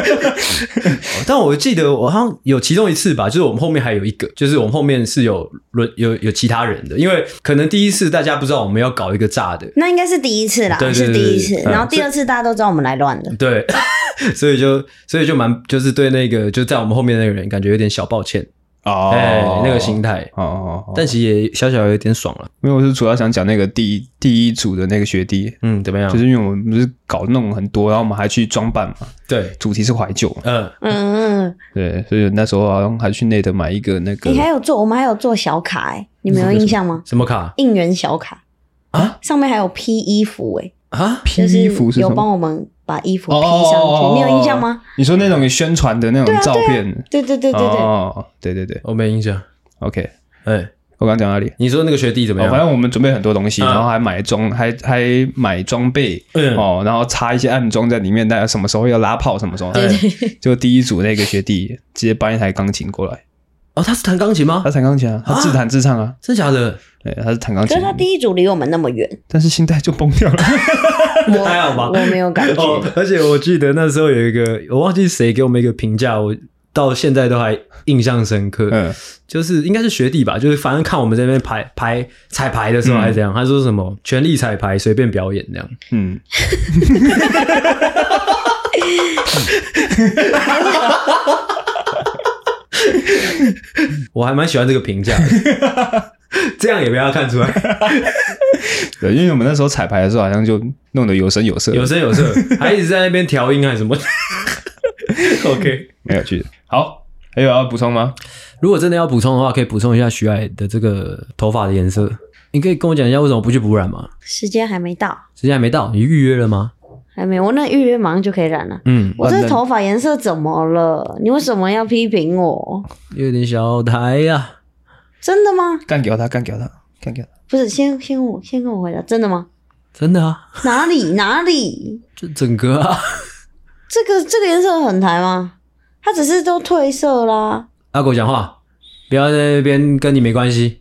但我记得我好像有其中一次吧，就是我们后面还有一个，就是我们后面是有轮有有其他人的，因为可能第一次大家不知道我们要搞一个炸的
那应该是第一次啦，
对对
是
对
第一
对
次。
嗯
然后第二次大家都知道我们来乱的，
对， 所以就所以就蛮就是对那个就在我们后面那个人感觉有点小抱歉，
哦
哎、那个心态，
哦哦，哦
但其实也小小有点爽了，
因为我是主要想讲那个第一第一组的那个学弟，
嗯，怎么样？
就是因为我们不是搞弄很多，然后我们还去装扮嘛，
对，
主题是怀旧，
嗯、
嗯，嗯
对，所以那时候好像还去内德买一个那个
你还有做，我们还有做小卡、欸，你们有印象吗？
什么卡
应援小卡
啊，
上面还有披衣服、欸，
啊？
就
披衣服是
有
什么？哦
帮我们把衣服披上去，你有印象吗？？
你说那种宣传的那种照片，
对啊对对对对，
哦，对对对
我没印象，
，OK，
哎、
我刚讲哪里？
你说那个学弟怎么
哦，
样？
反正我们准备很多东西，
嗯
然后还买装，还还买装备，
嗯
哦，然后插一些暗装在里面，大家什么时候要拉炮，什么时候，
对
就第一组那个学弟直接搬一台钢琴过来，
哦，他是弹钢琴吗
他？弹钢琴啊，他自弹自唱啊，
真假的？
对，他是弹 钢
可
琴
是，他第一组离我们那么 远，
但是心态就崩 掉了，
我
还好吧
我没有感觉。
哦，而且我记得那时候有一个，我忘记谁给我们一个评价，我到现在都还印象深刻。
嗯，
就是应该是学弟吧，就是反正看我们在那边排排彩排的时候还是怎样，他说什么全力彩排随便表演那样。
嗯，
我还蛮喜欢这个评价的，这样也被他看出来，
对，因为我们那时候彩排的时候好像就弄得有声有色，
有声有色，还一直在那边调音还是什么。OK，
没有趣的。好，还有要补充吗？
如果真的要补充的话，可以补充一下徐矮的这个头发的颜色。你可以跟我讲一下为什么不去补染吗？
时间还没到，
时间还没到，你预约了吗？
还没，我那预约马上就可以染了。
嗯，
我
完
这
了
头发颜色怎么了？你为什么要批评我？
有点小台呀、啊。
真的吗？
干掉他，干掉他，干掉他。
不是，先先我先跟我回答，真的吗？
真的啊，
哪里哪里？
就整个啊，
这个这个颜色很台吗？它只是都褪色啦。
阿狗讲话，不要在那边跟你没关系。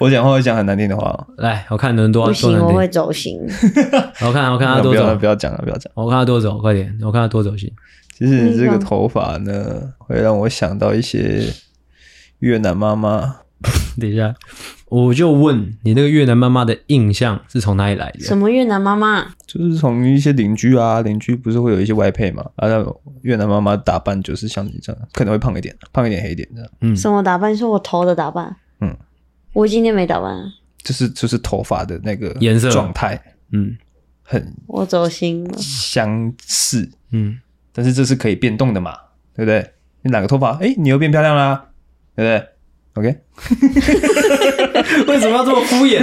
我讲话会讲很难听的话哦，
来，我看能多
不
多
行，
难
我
听
会。走形。
我看，我看他
不
多
要
走
不，要讲了，不要讲。
我看他多走，快点，我看他多走行。
其实这个头发呢，会让我想到一些越南妈妈。
等一下，我就问你，那个越南妈妈的印象是从哪里来
什
的？
么越南妈妈？
就是从一些邻居啊，邻居不是会有一些外配嘛？啊，那越南妈妈打扮就是像你这样，可能会胖一点，胖一点黑一点这样，
嗯
什么打扮？说我头的打扮？
嗯，
我今天没打扮啊，
就是就是头发的那个
颜色
状态
嗯
很
我走心了。
相似，
嗯，
但是这是可以变动的嘛，对不对？你染个头发，哎，你又变漂亮啦，对不对？OK，
为什么要这么敷衍？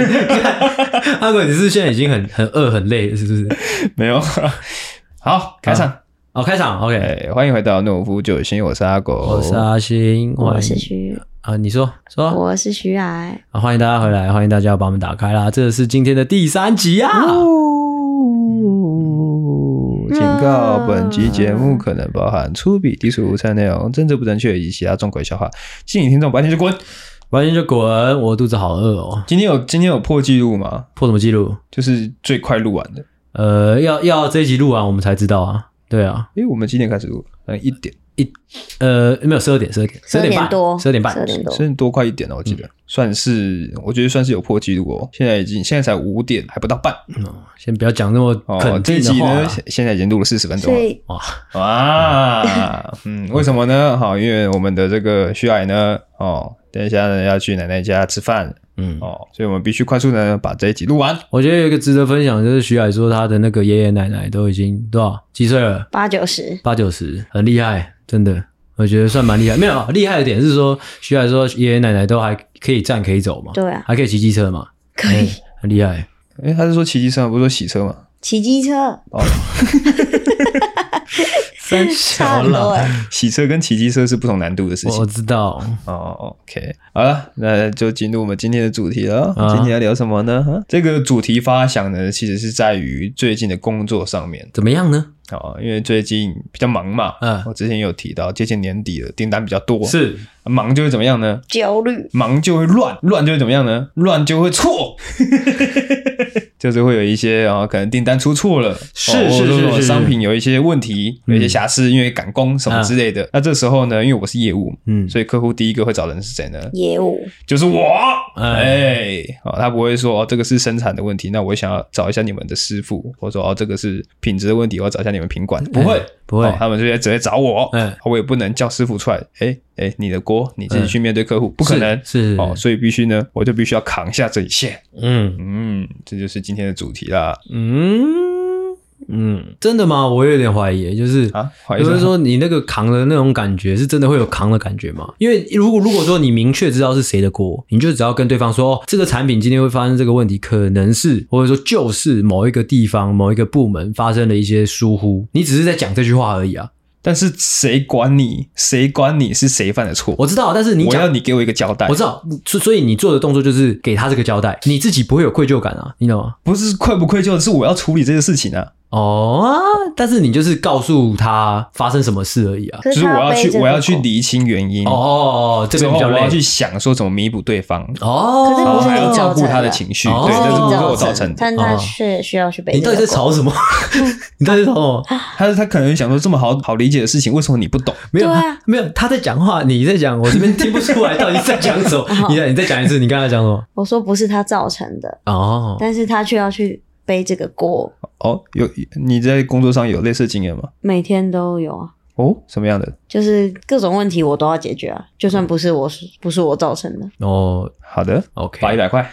看阿狗，你是现在已经很很饿很累了，是不是？
没有， 好，开场。
哦，开场，OK，
哎，欢迎回到懦夫救星，我是阿狗，
我是阿星，
我
欢
是
迎
徐，
啊，你说说，
我是徐矮。
啊，欢迎大家回来，欢迎大家把我们打开啦！这是今天的第三集啊！
哦警告：本集节目可能包含粗鄙、低俗、无菜内容、政治不正确以及其他中国笑话，建议听众白天就滚。
完全就滚，我肚子好饿哦！
今天有今天有破纪录吗？
破什么记录？
就是最快录完的。
呃，要要这一集录完我们才知道啊。对啊，
诶，我们几点开始录？嗯，一点，
呃，没有十二点，十二点，十
12
点
点
半，
多，
十二点半，
12点多。
甚至多快一点了，我记得、算是，我觉得算是有破纪录哦。现在已经现在才五点，还不到半
嗯，先不要讲那么
哦。
肯
这一
定的
集
话
呢
啦，，
现现在已经录了四十分钟
所
了。
以
哇，
啊，嗯，为什么呢？好，因为我们的这个徐矮呢，哦，等一下呢要去奶奶家吃饭
嗯，
哦，所以我们必须快速呢把这一集录完。
我觉得有一个值得分享，就是徐海说他的那个爷爷奶奶都已经多少几岁了？
八九十，
八九十，很厉害，真的，我觉得算蛮厉害。没有厉害的点是说，徐海说爷爷奶奶都还可以站可以走嘛，
对啊
还可以骑机车嘛，
可以
嗯很厉害。
诶，他是说骑机车吗，不是说洗车吗？
骑机车，
哦，
三
差很多哎。
洗车跟骑机车是不同难度的事
我
情。
知道，
哦，OK，好了，那就进入我们今天的主题了。
啊
今天要聊什么呢？哈这个主题发想呢，其实是在于最近的工作上面。
怎么样呢？
好啊，因为最近比较忙嘛，
嗯
我之前也有提到，接近年底了，订单比较多，
是
忙就会怎么样呢？
焦虑，
忙就会乱，乱就会怎么样呢？乱就会错， 就是会有一些啊、可能订单出错了，
是
哦
是
或者
是
说
是是
商品有一些问题，有一些瑕疵，因为赶工什么之类的。那这时候呢，因为我是业务，
嗯
所以客户第一个会找人是谁呢？
业务
就是我，
哎
哎，哦，他不会说哦，这个是生产的问题，那我想要找一下你们的师傅，或者说哦，这个是品质的问题，我要找一下你们品管，不会。
哎不会
哦，他们直接直接找我，
嗯
我也不能叫师傅出来，哎哎，你的锅你自己去面对客户，不
不
可能，
是是
哦，所以必须呢，我就必须要扛下这一切。
嗯
嗯，这就是今天的主题啦。
嗯嗯，真的吗？我有点怀疑，就是
啊怀疑
有
什
人
么
说你那个扛的那种感觉，是真的会有扛的感觉吗？因为如果如果说你明确知道是谁的锅，你就只要跟对方说、哦、这个产品今天会发生这个问题，可能是或者说就是某一个地方某一个部门发生了一些疏忽，你只是在讲这句话而已啊。
但是谁管你？谁管你是谁犯的错？
我知道，但是你
我
讲
要你给我一个交代。
我知道，所所以你做的动作就是给他这个交代，你自己不会有愧疚感啊，你懂吗？
不是愧不愧疚，是我要处理这个事情啊。
哦啊，但是你就是告诉他发生什么事而已啊。
可
就是
他
我要
背
去
着，
我要
这
去
个锅
厘清原因。
哦哦，哦这
嗯之
个
后
比较
我
累
要去想说怎么弥补对方，
哦。
可是
然后
不是
还要
你
照顾
造成
他的
的
情绪。
哦
对，这
是
是
你
不是
造
我造成的。
但他是需要去背。
你到底在？吵什么？
嗯
你到底在吵什么？
啊
他他可能想说这么好好理解的事情，为什么你不懂？
没有，
对啊
他没有，他在讲话，你在讲，我这边听不出来到底在讲 什么。
哦
你再你再讲一次，你刚才讲什么？
我说不是他造成的，
哦，
但是他却要去背这个锅，
哦，有你在工作上有类似的经验吗？
每天都有啊。
哦，什么样的？
就是各种问题我都要解决啊，就算不是我不是我造成的，
哦
好的，
，OK，
罚一百块。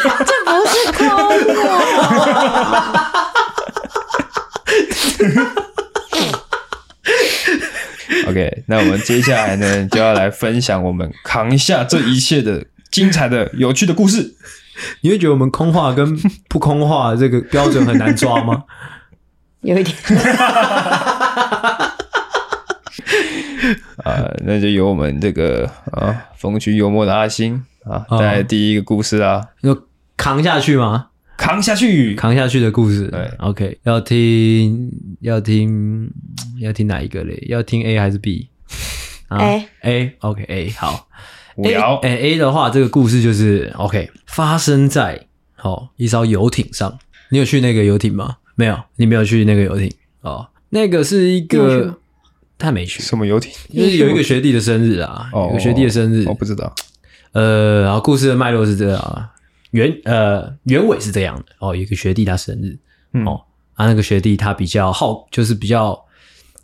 这不是空的，
OK，那我们接下来呢，就要来分享我们扛下这一切的精彩的、有趣的故事。
你会觉得我们空话跟不空话这个标准很难抓吗？
有一点
啊，那就由我们这个啊风趣幽默的阿星啊
哦
带来第一个故事啦，
就扛下去吗？
扛下去。
扛下去的故事。
对
，OK，要听要听要听哪一个嘞？要听 A 还是 B？啊
A
A，OK A，好。
无聊
A, 哎 A 的话，这个故事就是 OK，发生在好、一艘游艇上。你有去那个游艇吗？没有，你没有去那个游艇哦。那个是一
你有去吗
个，他没去，
什么游艇？
就是有一个学弟的生日啊，
哦
有一个学弟的生日，
我不知道。
呃，然后故事的脉络是这样啊，原呃原委是这样的哦，有一个学弟他生日、
嗯
哦，啊那个学弟他比较好，就是比较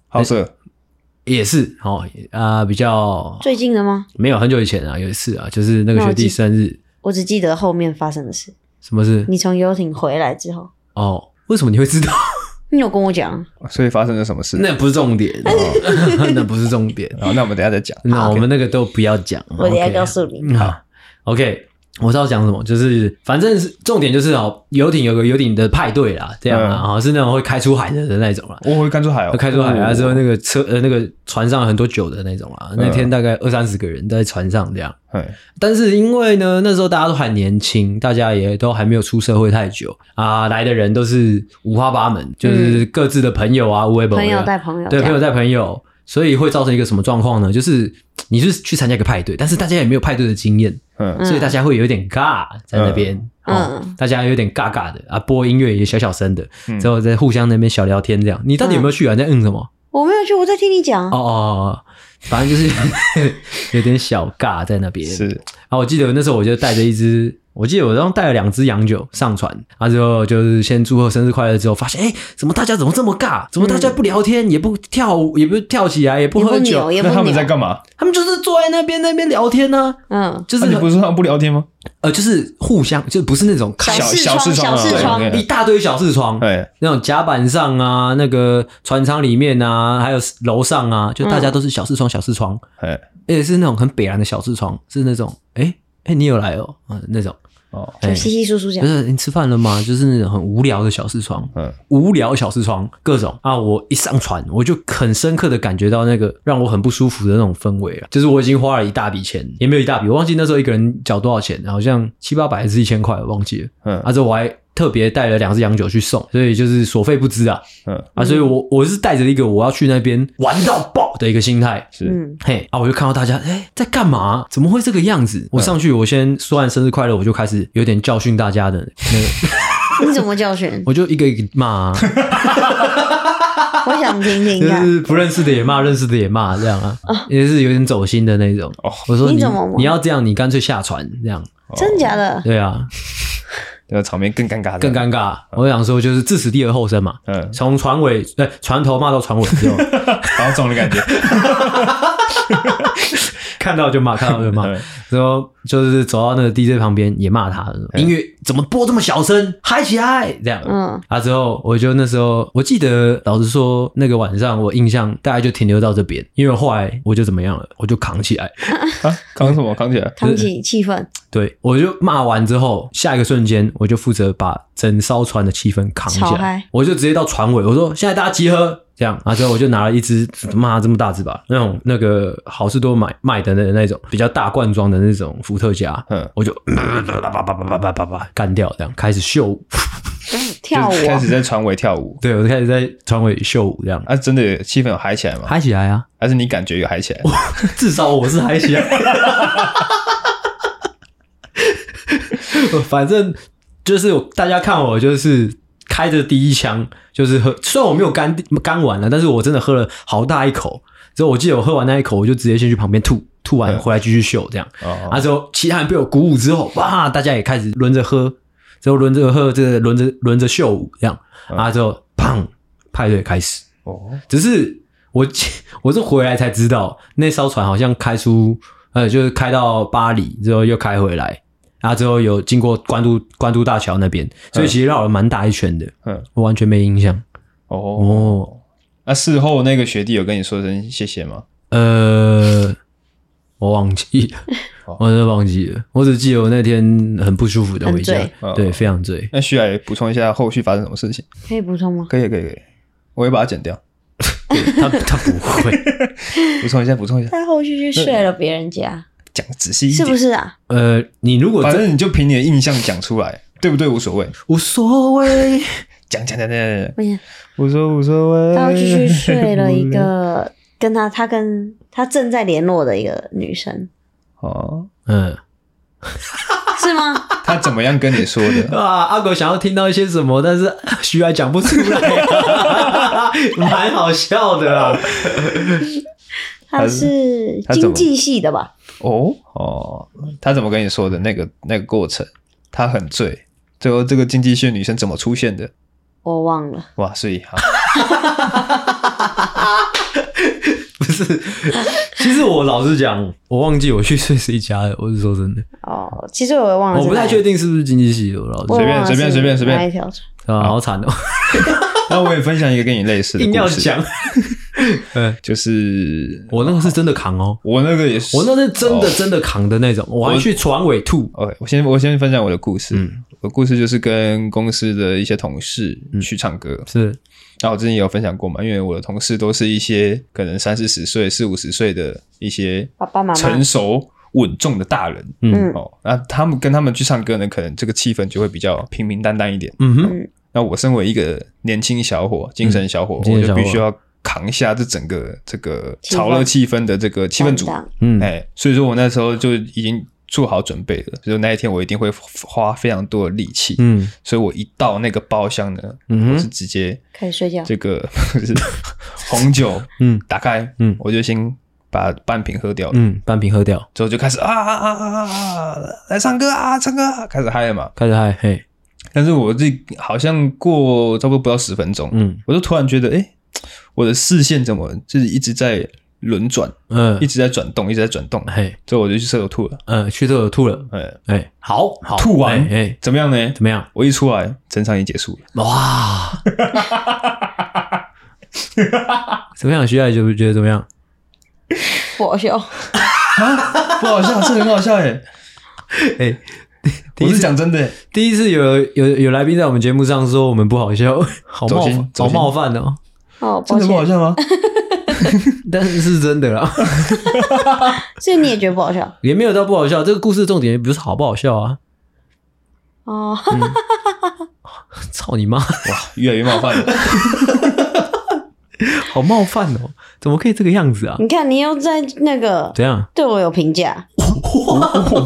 好色，
也是哦啊、比较
最近的吗？
没有很久以前啊有一次啊，就是那个
那我
学弟
记
生日，
我只记得后面发生的事。
什么事？
你从游艇回来之后，
哦，为什么你会知道？
你有跟我讲，
所以发生了什么事？
那不是重点，哦 那不是重点。
好，那我们等一下再讲。
那我们那个都不要讲，
我等一下
OK
告诉你。
嗯好，OK，我知道讲什么，就是反正是重点就是哦，游艇有个游艇的派对啦，这样啊，
嗯
然后是那种会开出海的的那种啦。
我会看出海哦，嗯
开出海啊之后，那个车呃那个船上很多酒的那种啊啦，那天大概二三十个人在船上这样。
哎，
但是因为呢，那时候大家都还年轻，大家也都还没有出社会太久啊，来的人都是五花八门，就是各自的朋友啊，微博
嗯朋友带朋友，
对，
这
朋
样
友带朋友，所以会造成一个什么状况呢？就是你是去参加一个派对，但是大家也没有派对的经验，
嗯，
嗯
所以大家会有点尬在那边。哦
嗯，
大家有点尬尬的啊，播音乐也小小声的，
嗯
之后在互相那边小聊天这样。你到底有没有去啊？你在嗯什么？
我没有去，我在听你讲
哦。哦哦，哦反正就是 有点小尬在那边。
是
然后我记得那时候我就带着一只，我记得我当带了两只洋酒上船，然后之后就是先祝贺生日快乐之后，发现哎，诶怎么大家怎么这么尬？怎么大家不聊天，也不跳舞，也不跳起来，也不
也不
喝酒
扭，，也不
那他们在
扭，
干嘛？
他们就是坐在那边那边聊天呢、
嗯，
就是、
啊你不是说他们不聊天吗？
呃，就是互相，就不是那种开
小视
小
窗
视窗啊，
小视
对
窗
对
一大堆小视窗，
哎，
那种甲板上啊，那个船舱里面啊，还有楼上啊，就
嗯
大家都是小视窗，小视窗，
哎，
而且是那种很北蓝的小视窗，是那种哎哎、诶你有来哦，嗯那种。
哦，
就稀稀疏疏 讲
不。是你吃饭了吗？就是那种很无聊的小视窗，
嗯，
无聊小视窗各种啊！我一上船，我就很深刻的感觉到那个让我很不舒服的那种氛围啊，就是我已经花了一大笔钱，也没有一大笔，我忘记那时候一个人缴多少钱，好像七八百还是一千块，我忘记了。
嗯
啊，之后我还特别带了两只洋酒去送，所以就是所费不知啊。
嗯，
啊，所以我我是带着一个我要去那边玩到爆的一个心态，
是
嗯，
嘿啊，我就看到大家哎在干嘛？怎么会这个样子？我上去，我先说完生日快乐，我就开始有点教训大家的那个，？
你怎么教训
我就一个一个骂、啊，
我想听听
就
看。哦
是不认识的也骂，认识的也骂，这样啊，也是有点走心的那种。
哦
我说
你
你
怎么骂
你要这样，你干脆下船这样。
真假的？
对啊，
那个场面更尴尬，
更尴尬。
嗯
我想说，就是置此地而后生嘛，
嗯，
从船尾呃船头骂到船尾之 后，
好肿的 感觉，
看到就骂，看到就
嗯
骂。然后就是走到那个 DJ 旁边也骂他，音乐怎么播这么小声，嗨起来这样。
嗯，
啊，之后我就那时候我记得，老实说，那个晚上我印象大概就停留到这边，因为后来我就怎么样了，我就扛起来，
啊，扛什么扛起来？
扛起气氛，
对我就骂完之后，下一个瞬间我就负责把整艘船的气氛扛
炒
起
嗨
来，我就直接到船尾，我说现在大家集合。这样，然后之后我就拿了一只，妈这么大只吧，那种那个好事多买卖的那那种比较大罐装的那种伏特加，
嗯，
我就叭叭叭叭叭叭叭叭干掉，这样开始秀舞，
跳舞
就是开
啊
始在船尾跳舞，
对我就开始在船尾秀舞这样，
啊，真的气氛有嗨起来吗？
嗨起来啊！
还是你感觉有嗨起来？
至少我是嗨起来。反正就是我大家看我就是开着第一枪，就是喝，虽然我没有干干完了，但是我真的喝了好大一口。之后我记得我喝完那一口，我就直接先去旁边吐，吐完
嗯
回来继续秀这样。
哦，
啊，之后其他人被我鼓舞之后，哇，大家也开始轮着喝，之后轮着喝，这个轮着轮着秀舞这样。啊，之后砰，派对开始。
哦，
只是我 我是回来才知道，那艘船好像开出呃，就是开到巴黎之后又开回来，然后之后有经过关渡关渡大桥那边，所以其实绕了蛮大一圈的，
嗯，
我完全没印象
哦，
哦。
那事后那个学弟有跟你说声谢谢吗？
呃，我忘记了，
哦
我真的忘记了，我只记得我那天很不舒服的回家
很醉，
对，非常醉。
那徐来补充一下后续发生什么事情？
可以补充吗？
可以，可以，可以，我会把它剪掉。
他 他不会，
补充一下，补充一下，
他后续去睡了别人家，
讲仔细一
是
点。
不是啊？
呃，你如果
反
真
正你就凭你的印象讲出来，对不对？无所谓，
无所谓，
讲讲讲讲讲，
不行，
无所无所谓。
他后续去睡了一个跟他他跟他正在联络的一个女生，
哦，
嗯。
是 吗？
他怎么样跟你说 的？
啊，阿狗想要听到一些什么，但是 徐来讲不出来， 蛮好笑的啊啦。
他是
他怎
经
么
济系的吧？
哦哦，他怎么跟你说的？那个那个过程，他很醉。最后这个经济系的女生怎么出现的？
我忘了，
哇，所以好，
不是，其实我老实讲，我忘记我去睡谁家了。我是说真的，
哦，其实我也忘了，
我不太确，定是不是经济系的。我老
我也
实
随便
忘了
随便
是
随便随便
哪一条船
讲，啊，好惨哦，
那我也分享一个跟你类似 的
硬要
故事，
讲。嗯，
就是
我那个是真的扛哦，
我那个也是，
我那是真的
哦
真的扛的那种，我还去船尾吐。
OK，我哦先我先分享我的故事。
嗯
我的故事就是跟公司的一些同事去唱歌。
是，
那、我之前也有分享过嘛，因为我的同事都是一些可能三四十岁、四五十岁的一些
爸爸妈妈
成熟稳重的大人。
嗯
哦，那他们跟他们去唱歌呢，可能这个气氛就会比较平平淡淡一点。
嗯哼，
那我身为一个年轻小伙、精神小伙，
嗯
我
精神小
就
伙
必须要扛下这整个这个
气氛
潮热气氛的这个气氛组。
担当
嗯
哎，所以说我那时候就已经做好准备了，所以那一天我一定会花非常多的力气，
嗯
所以我一到那个包厢呢，
嗯哼
我是直接
开始睡觉，
这个 是红酒，
嗯
打开，
嗯
我就先把半瓶喝掉了，
嗯，半瓶喝掉，
之后就开始啊啊啊啊啊啊，来唱歌啊，唱歌啊，开始嗨了嘛。
开始嗨嘿，
但是我这好像过差不多不到十分钟，
嗯
我就突然觉得，哎、我的视线怎么就是一直在轮转，
嗯
一，直在转动，一直在转动，
嘿，
之后我就去厕所吐了，
嗯，去厕所吐了，
哎、
哎，好好
吐完
哎哎，
怎么样呢？
怎么样？
我一出来，整场也结 束 了。
哇，怎么样？徐爱觉不觉得怎么样？
我笑，
不好笑，这很好笑 哎！
哎、第一
我是
次
讲真的欸，
第一次有有有来宾在我们节目上说我们不好笑，好
走
冒
心
犯
走
好
心
冒犯哦，
哦，
真
抱
的不好
歉，
笑吗？
但是是真的啦，
所以你也觉得不好笑
也没有到不好笑。这个故事的重点也不是好不好笑啊，
哦，
操你妈，
越来越冒犯了。
好冒犯哦，怎么可以这个样子啊？
你看，你又在那个
怎样？
对我有评价，
嗯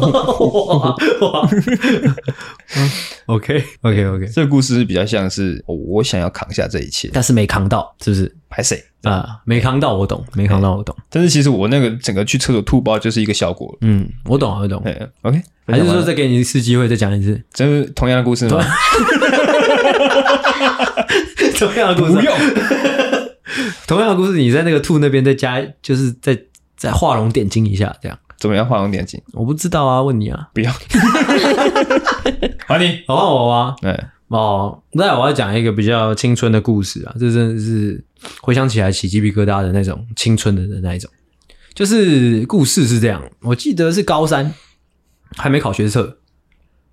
OK OK OK，
这个故事是比较像是哦我想要扛下这一切，
但是没扛到，是不是？
拍谁？
啊，没扛到，我懂，没扛到，我懂。
但是其实我那个整个去厕所吐包就是一个效果了。
嗯，我懂，我懂。
哎，OK，
还是
分享
说
完了
再给你一次机会，再讲一次？
这是同样的故事吗？
同样的故事，不啊用。同样的故事，你在那个兔那边再加，就是再再画龙点睛一下，这样。
怎么样画龙点睛？
我不知道啊，问你啊。
不要，还你。
好换我啊。
哎，
哦，那我要讲一个比较青春的故事啊，这真的是回想起来起鸡皮疙瘩的那种青春的的那一种。就是故事是这样，我记得是高三还没考学测，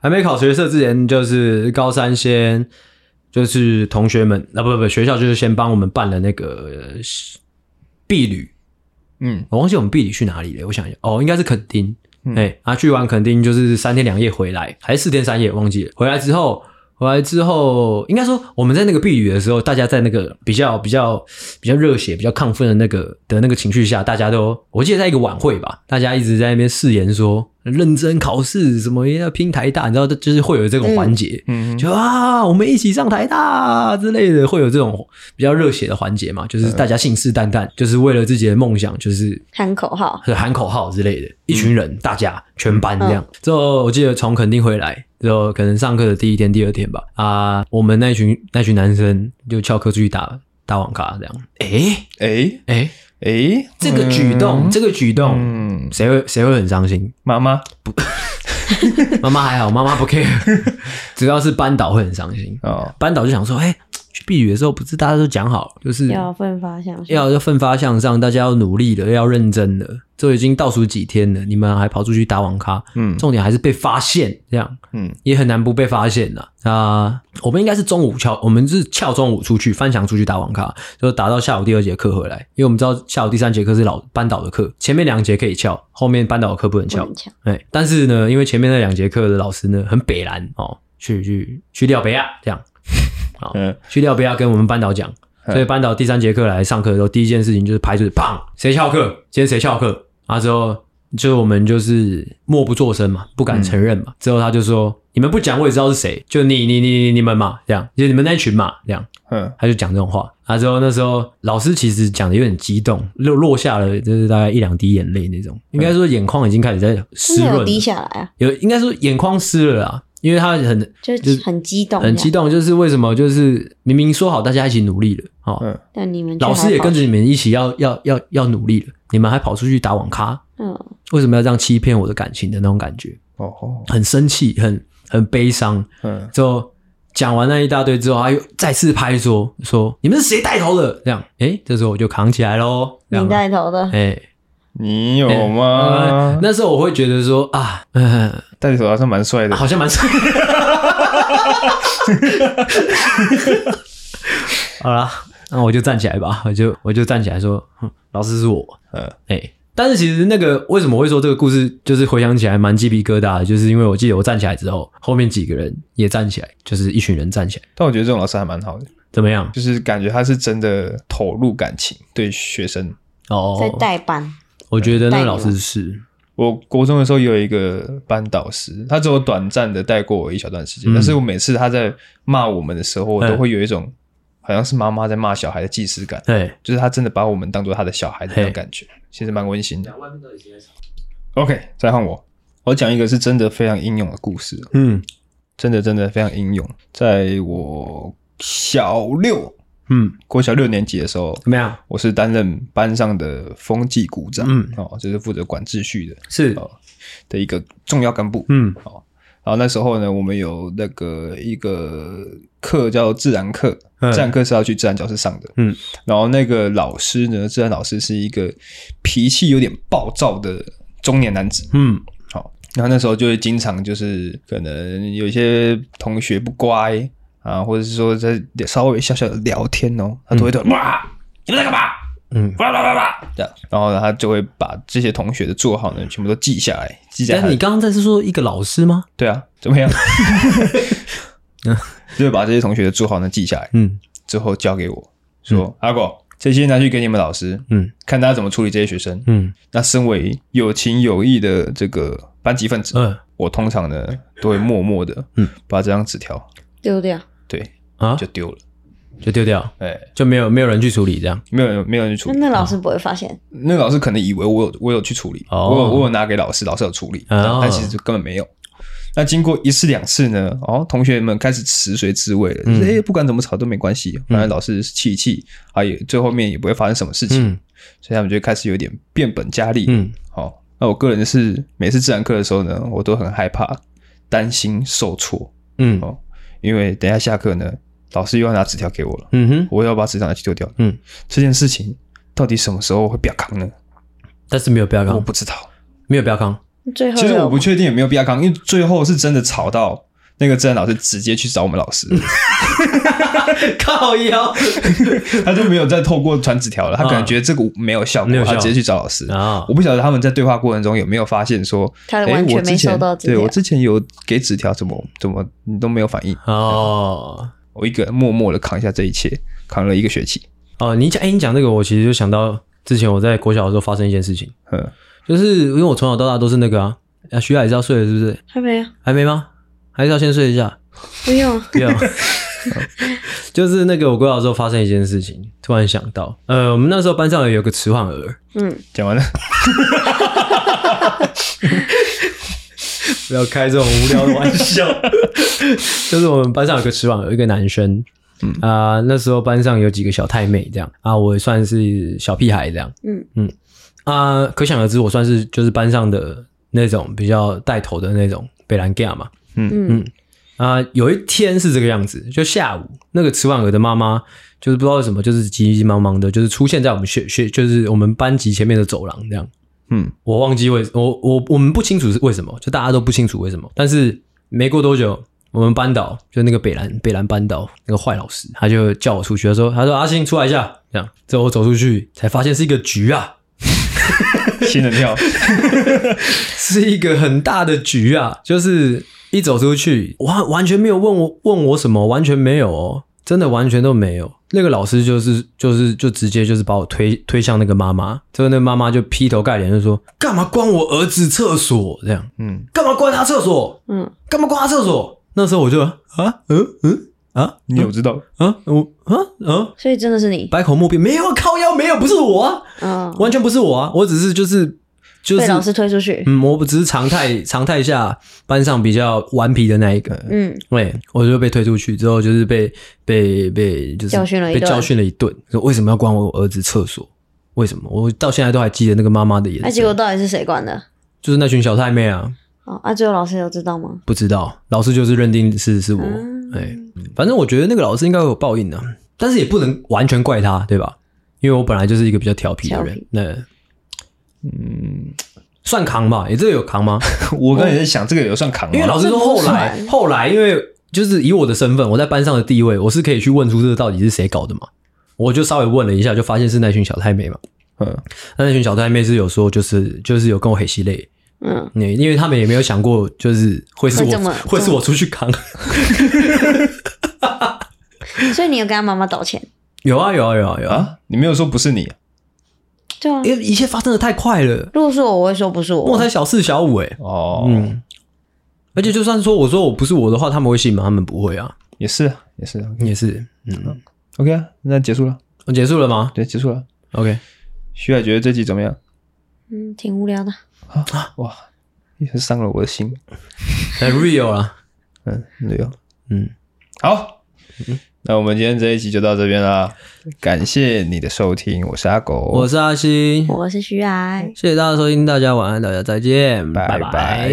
还没考学测之前，就是高三先就是同学们啊，不不不，学校就是先帮我们办了那个呃避旅，
嗯，
我忘记我们避旅去哪里了，我想一下，哦，应该是垦丁，哎、
嗯
啊，去完垦丁就是三天两夜回来，还是四天三夜，忘记了。回来之后，回来之后，应该说我们在那个避雨的时候，大家在那个比较比较比较热血、比较亢奋的那个的那个情绪下，大家都，我记得在一个晚会吧，大家一直在那边誓言说认真考试，什么要拼台大，你知道，就是会有这种环节，
嗯
就啊，我们一起上台大之类的，会有这种比较热血的环节嘛，就是大家信誓旦旦，就是为了自己的梦想，就是
喊口号，
喊口号之类的，一群人，大家全班这样。之后我记得从垦丁回来，之后可能上课的第一天、第二天吧，啊，我们那群那群男生就翘课出去打打网咖这样。诶
哎
诶，
哎，
这个举动，这个举动，
嗯，
谁会谁会很伤心？
妈妈
妈妈还好，妈妈不 care，只要是班导会很伤心。
哦，
班导就想说，哎、去避雨的时候不是大家都讲好，就是
要奋发向上。
嗯要要奋发向上，大家要努力了，要认真了。这已经倒数几天了，你们还跑出去打网咖，
嗯
重点还是被发现，这样
嗯
也很难不被发现呐。啊、我们应该是中午翘，我们是翘中午出去翻墙出去打网咖，就打到下午第二节课回来，因为我们知道下午第三节课是老班导的课，前面两节可以翘，后面班导的课不能
不
翘
能。翘
哎，但是呢，因为前面那两节课的老师呢很北蓝哦，去去去廖北亚这样，好，
嗯
去廖北亚跟我们班导讲，
嗯
所以班导第三节课来上课的时候，第一件事情就是排队，砰，谁翘课？今天谁翘课？啊之后，就我们就是默不作声嘛，不敢承认嘛。
嗯
之后他就说：“你们不讲，我也知道是谁，就你你你你你们嘛，这样，就你们那群嘛，这样。”
嗯
他就讲这种话。啊，之后那时候老师其实讲的有点激动，落落下了就是大概一两滴眼泪那种，应该说眼眶已经开始在湿
真的
润
有
了，
低下来啊，
有应该说眼眶湿了啦，因为他很
就是很激动，
很激，动，就是为什么就是明明说好大家一起努力了，哦，
嗯
但你们却
老师也
还
跟着你们一起要要要要努力了，你们还跑出去打网咖，
跑嗯，
为什么要这样欺骗我的感情的那种感觉？
哦哦
很生气，很很悲伤。
嗯
之后讲完那一大堆之后，他又再次拍桌说：“你们是谁带头的？”这样，诶，这时候我就扛起来喽。这样
你带头的，
哎，
你有
呃
吗？
那时候我会觉得说啊， 嗯、
戴着手套上蛮帅的，
啊好像蛮 帅。好啦，那我就站起来吧，我就我就站起来说，哼老师是我，
嗯
哎、但是其实那个为什么会说这个故事，就是回想起来蛮鸡皮疙瘩的，就是因为我记得我站起来之后，后面几个人也站起来，就是一群人站起来，
但我觉得这种老师还蛮好的，
怎么样？
就是感觉他是真的投入感情对学生。
哦
在，代班，
我觉得那个老
带
师
你
是，
我国中的时候有一个班导师，他只有短暂的带过我一小段时
嗯
间，但是我每次他在骂我们的时候，我都会有一种好像是妈妈在骂小孩的既视感，
对，
就是他真的把我们当做他的小孩的
嘿
那种感觉，其实蛮温馨的。OK，再换我，我讲一个是真的非常英勇的故事，
嗯
真的真的非常英勇。在我小六，
嗯，
国小六年级的时候，
怎么样？
我是担任班上的风纪股长，
嗯
哦，就是负责管秩序的
是，
哦的一个重要干部，
嗯
然后那时候呢，我们有那个一个课叫自然课，
嗯
自然课是要去自然教室上的。
嗯，
然后那个老师呢，自然老师是一个脾气有点暴躁的中年男子。
嗯
好，然后那时候就会经常就是可能有一些同学不乖啊，或者是说在稍微小小的聊天哦，他都会说哇，你们在干嘛？
嗯。
哇哇哇哇这样，然后呢，他就会把这些同学的座号呢，全部都记下来，记在他
但
的
你刚刚在是说一个老师吗？
对啊，怎么样？就会把这些同学的做好能记下来，
嗯
之后交给我说，阿狗这些拿去给你们老师，
嗯
看大家怎么处理这些学生。
嗯
那身为有情有义的这个班级分子，
嗯
我通常呢都会默默的，
嗯，
把这张纸条
丢掉。
对
啊
就，丢了，
就丢掉，
哎、
就没有没有人去处理这样。
没有人没有人去处
那
理。
那老师不会发现，
那个老师可能以为我有我有去处理，
哦
我有我有拿给老师，老师有处理，
哦
但其实根本没有。那经过一次两次呢，哦，同学们开始食髓知味
嗯
了，就是哎、不管怎么吵都没关系，反正老师气一气，啊也最后面也不会发生什么事情，
嗯
所以他们就开始有点变本加厉。
嗯，
好、那我个人是每次自然课的时候呢，我都很害怕，担心受挫，
嗯
哦因为等一下下课呢，老师又要拿纸条给我了，
嗯哼，
我要把纸条拿去丢掉。
嗯，
这件事情到底什么时候会表康呢？
但是没有标
我
康，
不知道。
没有标康。
最后
嗯其实
有
我不确定有没有必要康，因为最后是真的吵到那个自然老师直接去找我们 老师，
靠腰
他就没有再透过传纸条了，他可能
啊
觉得这个没有效果
没有，效
他直接去找老师。
啊
我，不晓得他们在对话过程中有没有发现说，
他
诶
完全
我之
没收
前
到纸条
对我之前有给纸条，怎么怎么你都没有反应？
哦
我一个人默默的扛下这一切，扛了一个学期。
哦，你讲哎，你讲这个，我其实就想到之前我在国小的时候发生一件事情，
嗯，
就是因为我从小到大都是那个啊，啊徐海是要睡了是不是？
还没有，
还没吗？还是要先睡一下？
不用啊。
不 要。就是那个我国小的时候发生一件事情，突然想到，呃，我们那时候班上有个迟缓儿，
嗯，
讲完了，
不要开这种无聊的玩 笑。就是我们班上有个迟晚有一个男生，嗯啊、那时候班上有几个小太妹这样啊，我算是小屁孩这样，
嗯
嗯啊、可想而知，我算是就是班上的那种比较带头的那种北兰 gay 嘛，
嗯
啊、有一天是这个样子，就下午那个迟婉儿的妈妈，就是不知道为什么，就是急急忙忙的，就是出现在我们学学，就是我们班级前面的走廊这样。
嗯，
我忘记为我我我们不清楚是为什么，就大家都不清楚为什么。但是没过多久，我们班导就那个北兰北兰班导那个坏老师，他就叫我出去，他说他说阿星出来一下，这样。之后我走出去才发现是一个局啊，
新人 跳，
是一个很大的局啊，就是一走出去，完完全没有问我问我什么，完全没有哦，真的完全都没有。那个老师就是就是就直接就是把我推推向那个妈妈，之后那个妈妈就劈头盖脸就说：“干嘛关我儿子厕所？这样
嗯，
干嘛关他厕所？
嗯，
干嘛关他厕所？”那时候我就啊嗯嗯啊
你有知道？
啊我啊啊
所以真的是你
百口莫辩，没有啊靠腰没有，不是我啊，
啊，
完全不是我啊，我只是就是就是
被老师推出去。
嗯，我不只是常态常态下班上比较顽皮的那一个，
嗯，
对，我就被推出去之后，就是被被被就是
教训了一
被
顿
教训了一顿，说为什么要关我儿子厕所？为什么？我到现在都还记得那个妈妈的眼
那啊结
神，
果到底是谁管的？
就是那群小太妹啊，
哦，啊，最后老师有知道吗？
不知道老师就是认定是是我，
嗯
哎、反正我觉得那个老师应该会有报应的、但是也不能完全怪他，对吧？因为我本来就是一个比较调皮的
调
人
皮，
那
嗯，
算扛吧，也、这个有扛吗？
我刚才也在想，这个有算扛吗？
因为老师说后来
这不算
后来，因为就是以我的身份，我在班上的地位，我是可以去问出这个到底是谁搞的嘛。我就稍微问了一下，就发现是那群小太妹嘛。
嗯，
那那群小太妹是有说，就是就是有跟我黑系列，
嗯，
那因为他们也没有想过，就是会是
会这
我
么
会是我出去扛。
所以你有跟他妈妈道歉？
有啊有啊有啊有啊！
啊，你没有说不是你，
对啊，
因为一切发生的太快了，
如果是我，我会说不是
我
我
才。小四小五哎、欸，
哦，
嗯。而且就算说我说我不是我的话，他们会信吗？他们不会啊，
也是啊，也是啊
也是。嗯，
，OK 啊，那结束了，
我结束了吗
对，结束了。
？OK，
徐海觉得这集怎么样？
嗯，挺无聊的。
哇，也是伤了我的心。
来 real 啊啦。
嗯，没有，
嗯。
好，那我们今天这一集就到这边啦，感谢你的收听，我是阿狗，
我是阿星，
我是徐爱。
谢谢大家收听，大家晚安，大家再见，
拜
拜
拜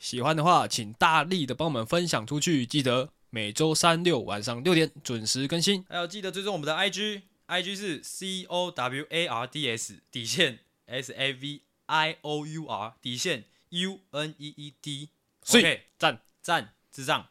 喜欢的话，请大力的帮我们分享出去。记得每周三六晚上六点准时更新。
还有记得追踪我们的 IG，IG 是 C O W A R D S 底线 S A V I O U R 底线 U N E E D，
所以
OK，
赞。
赞智障。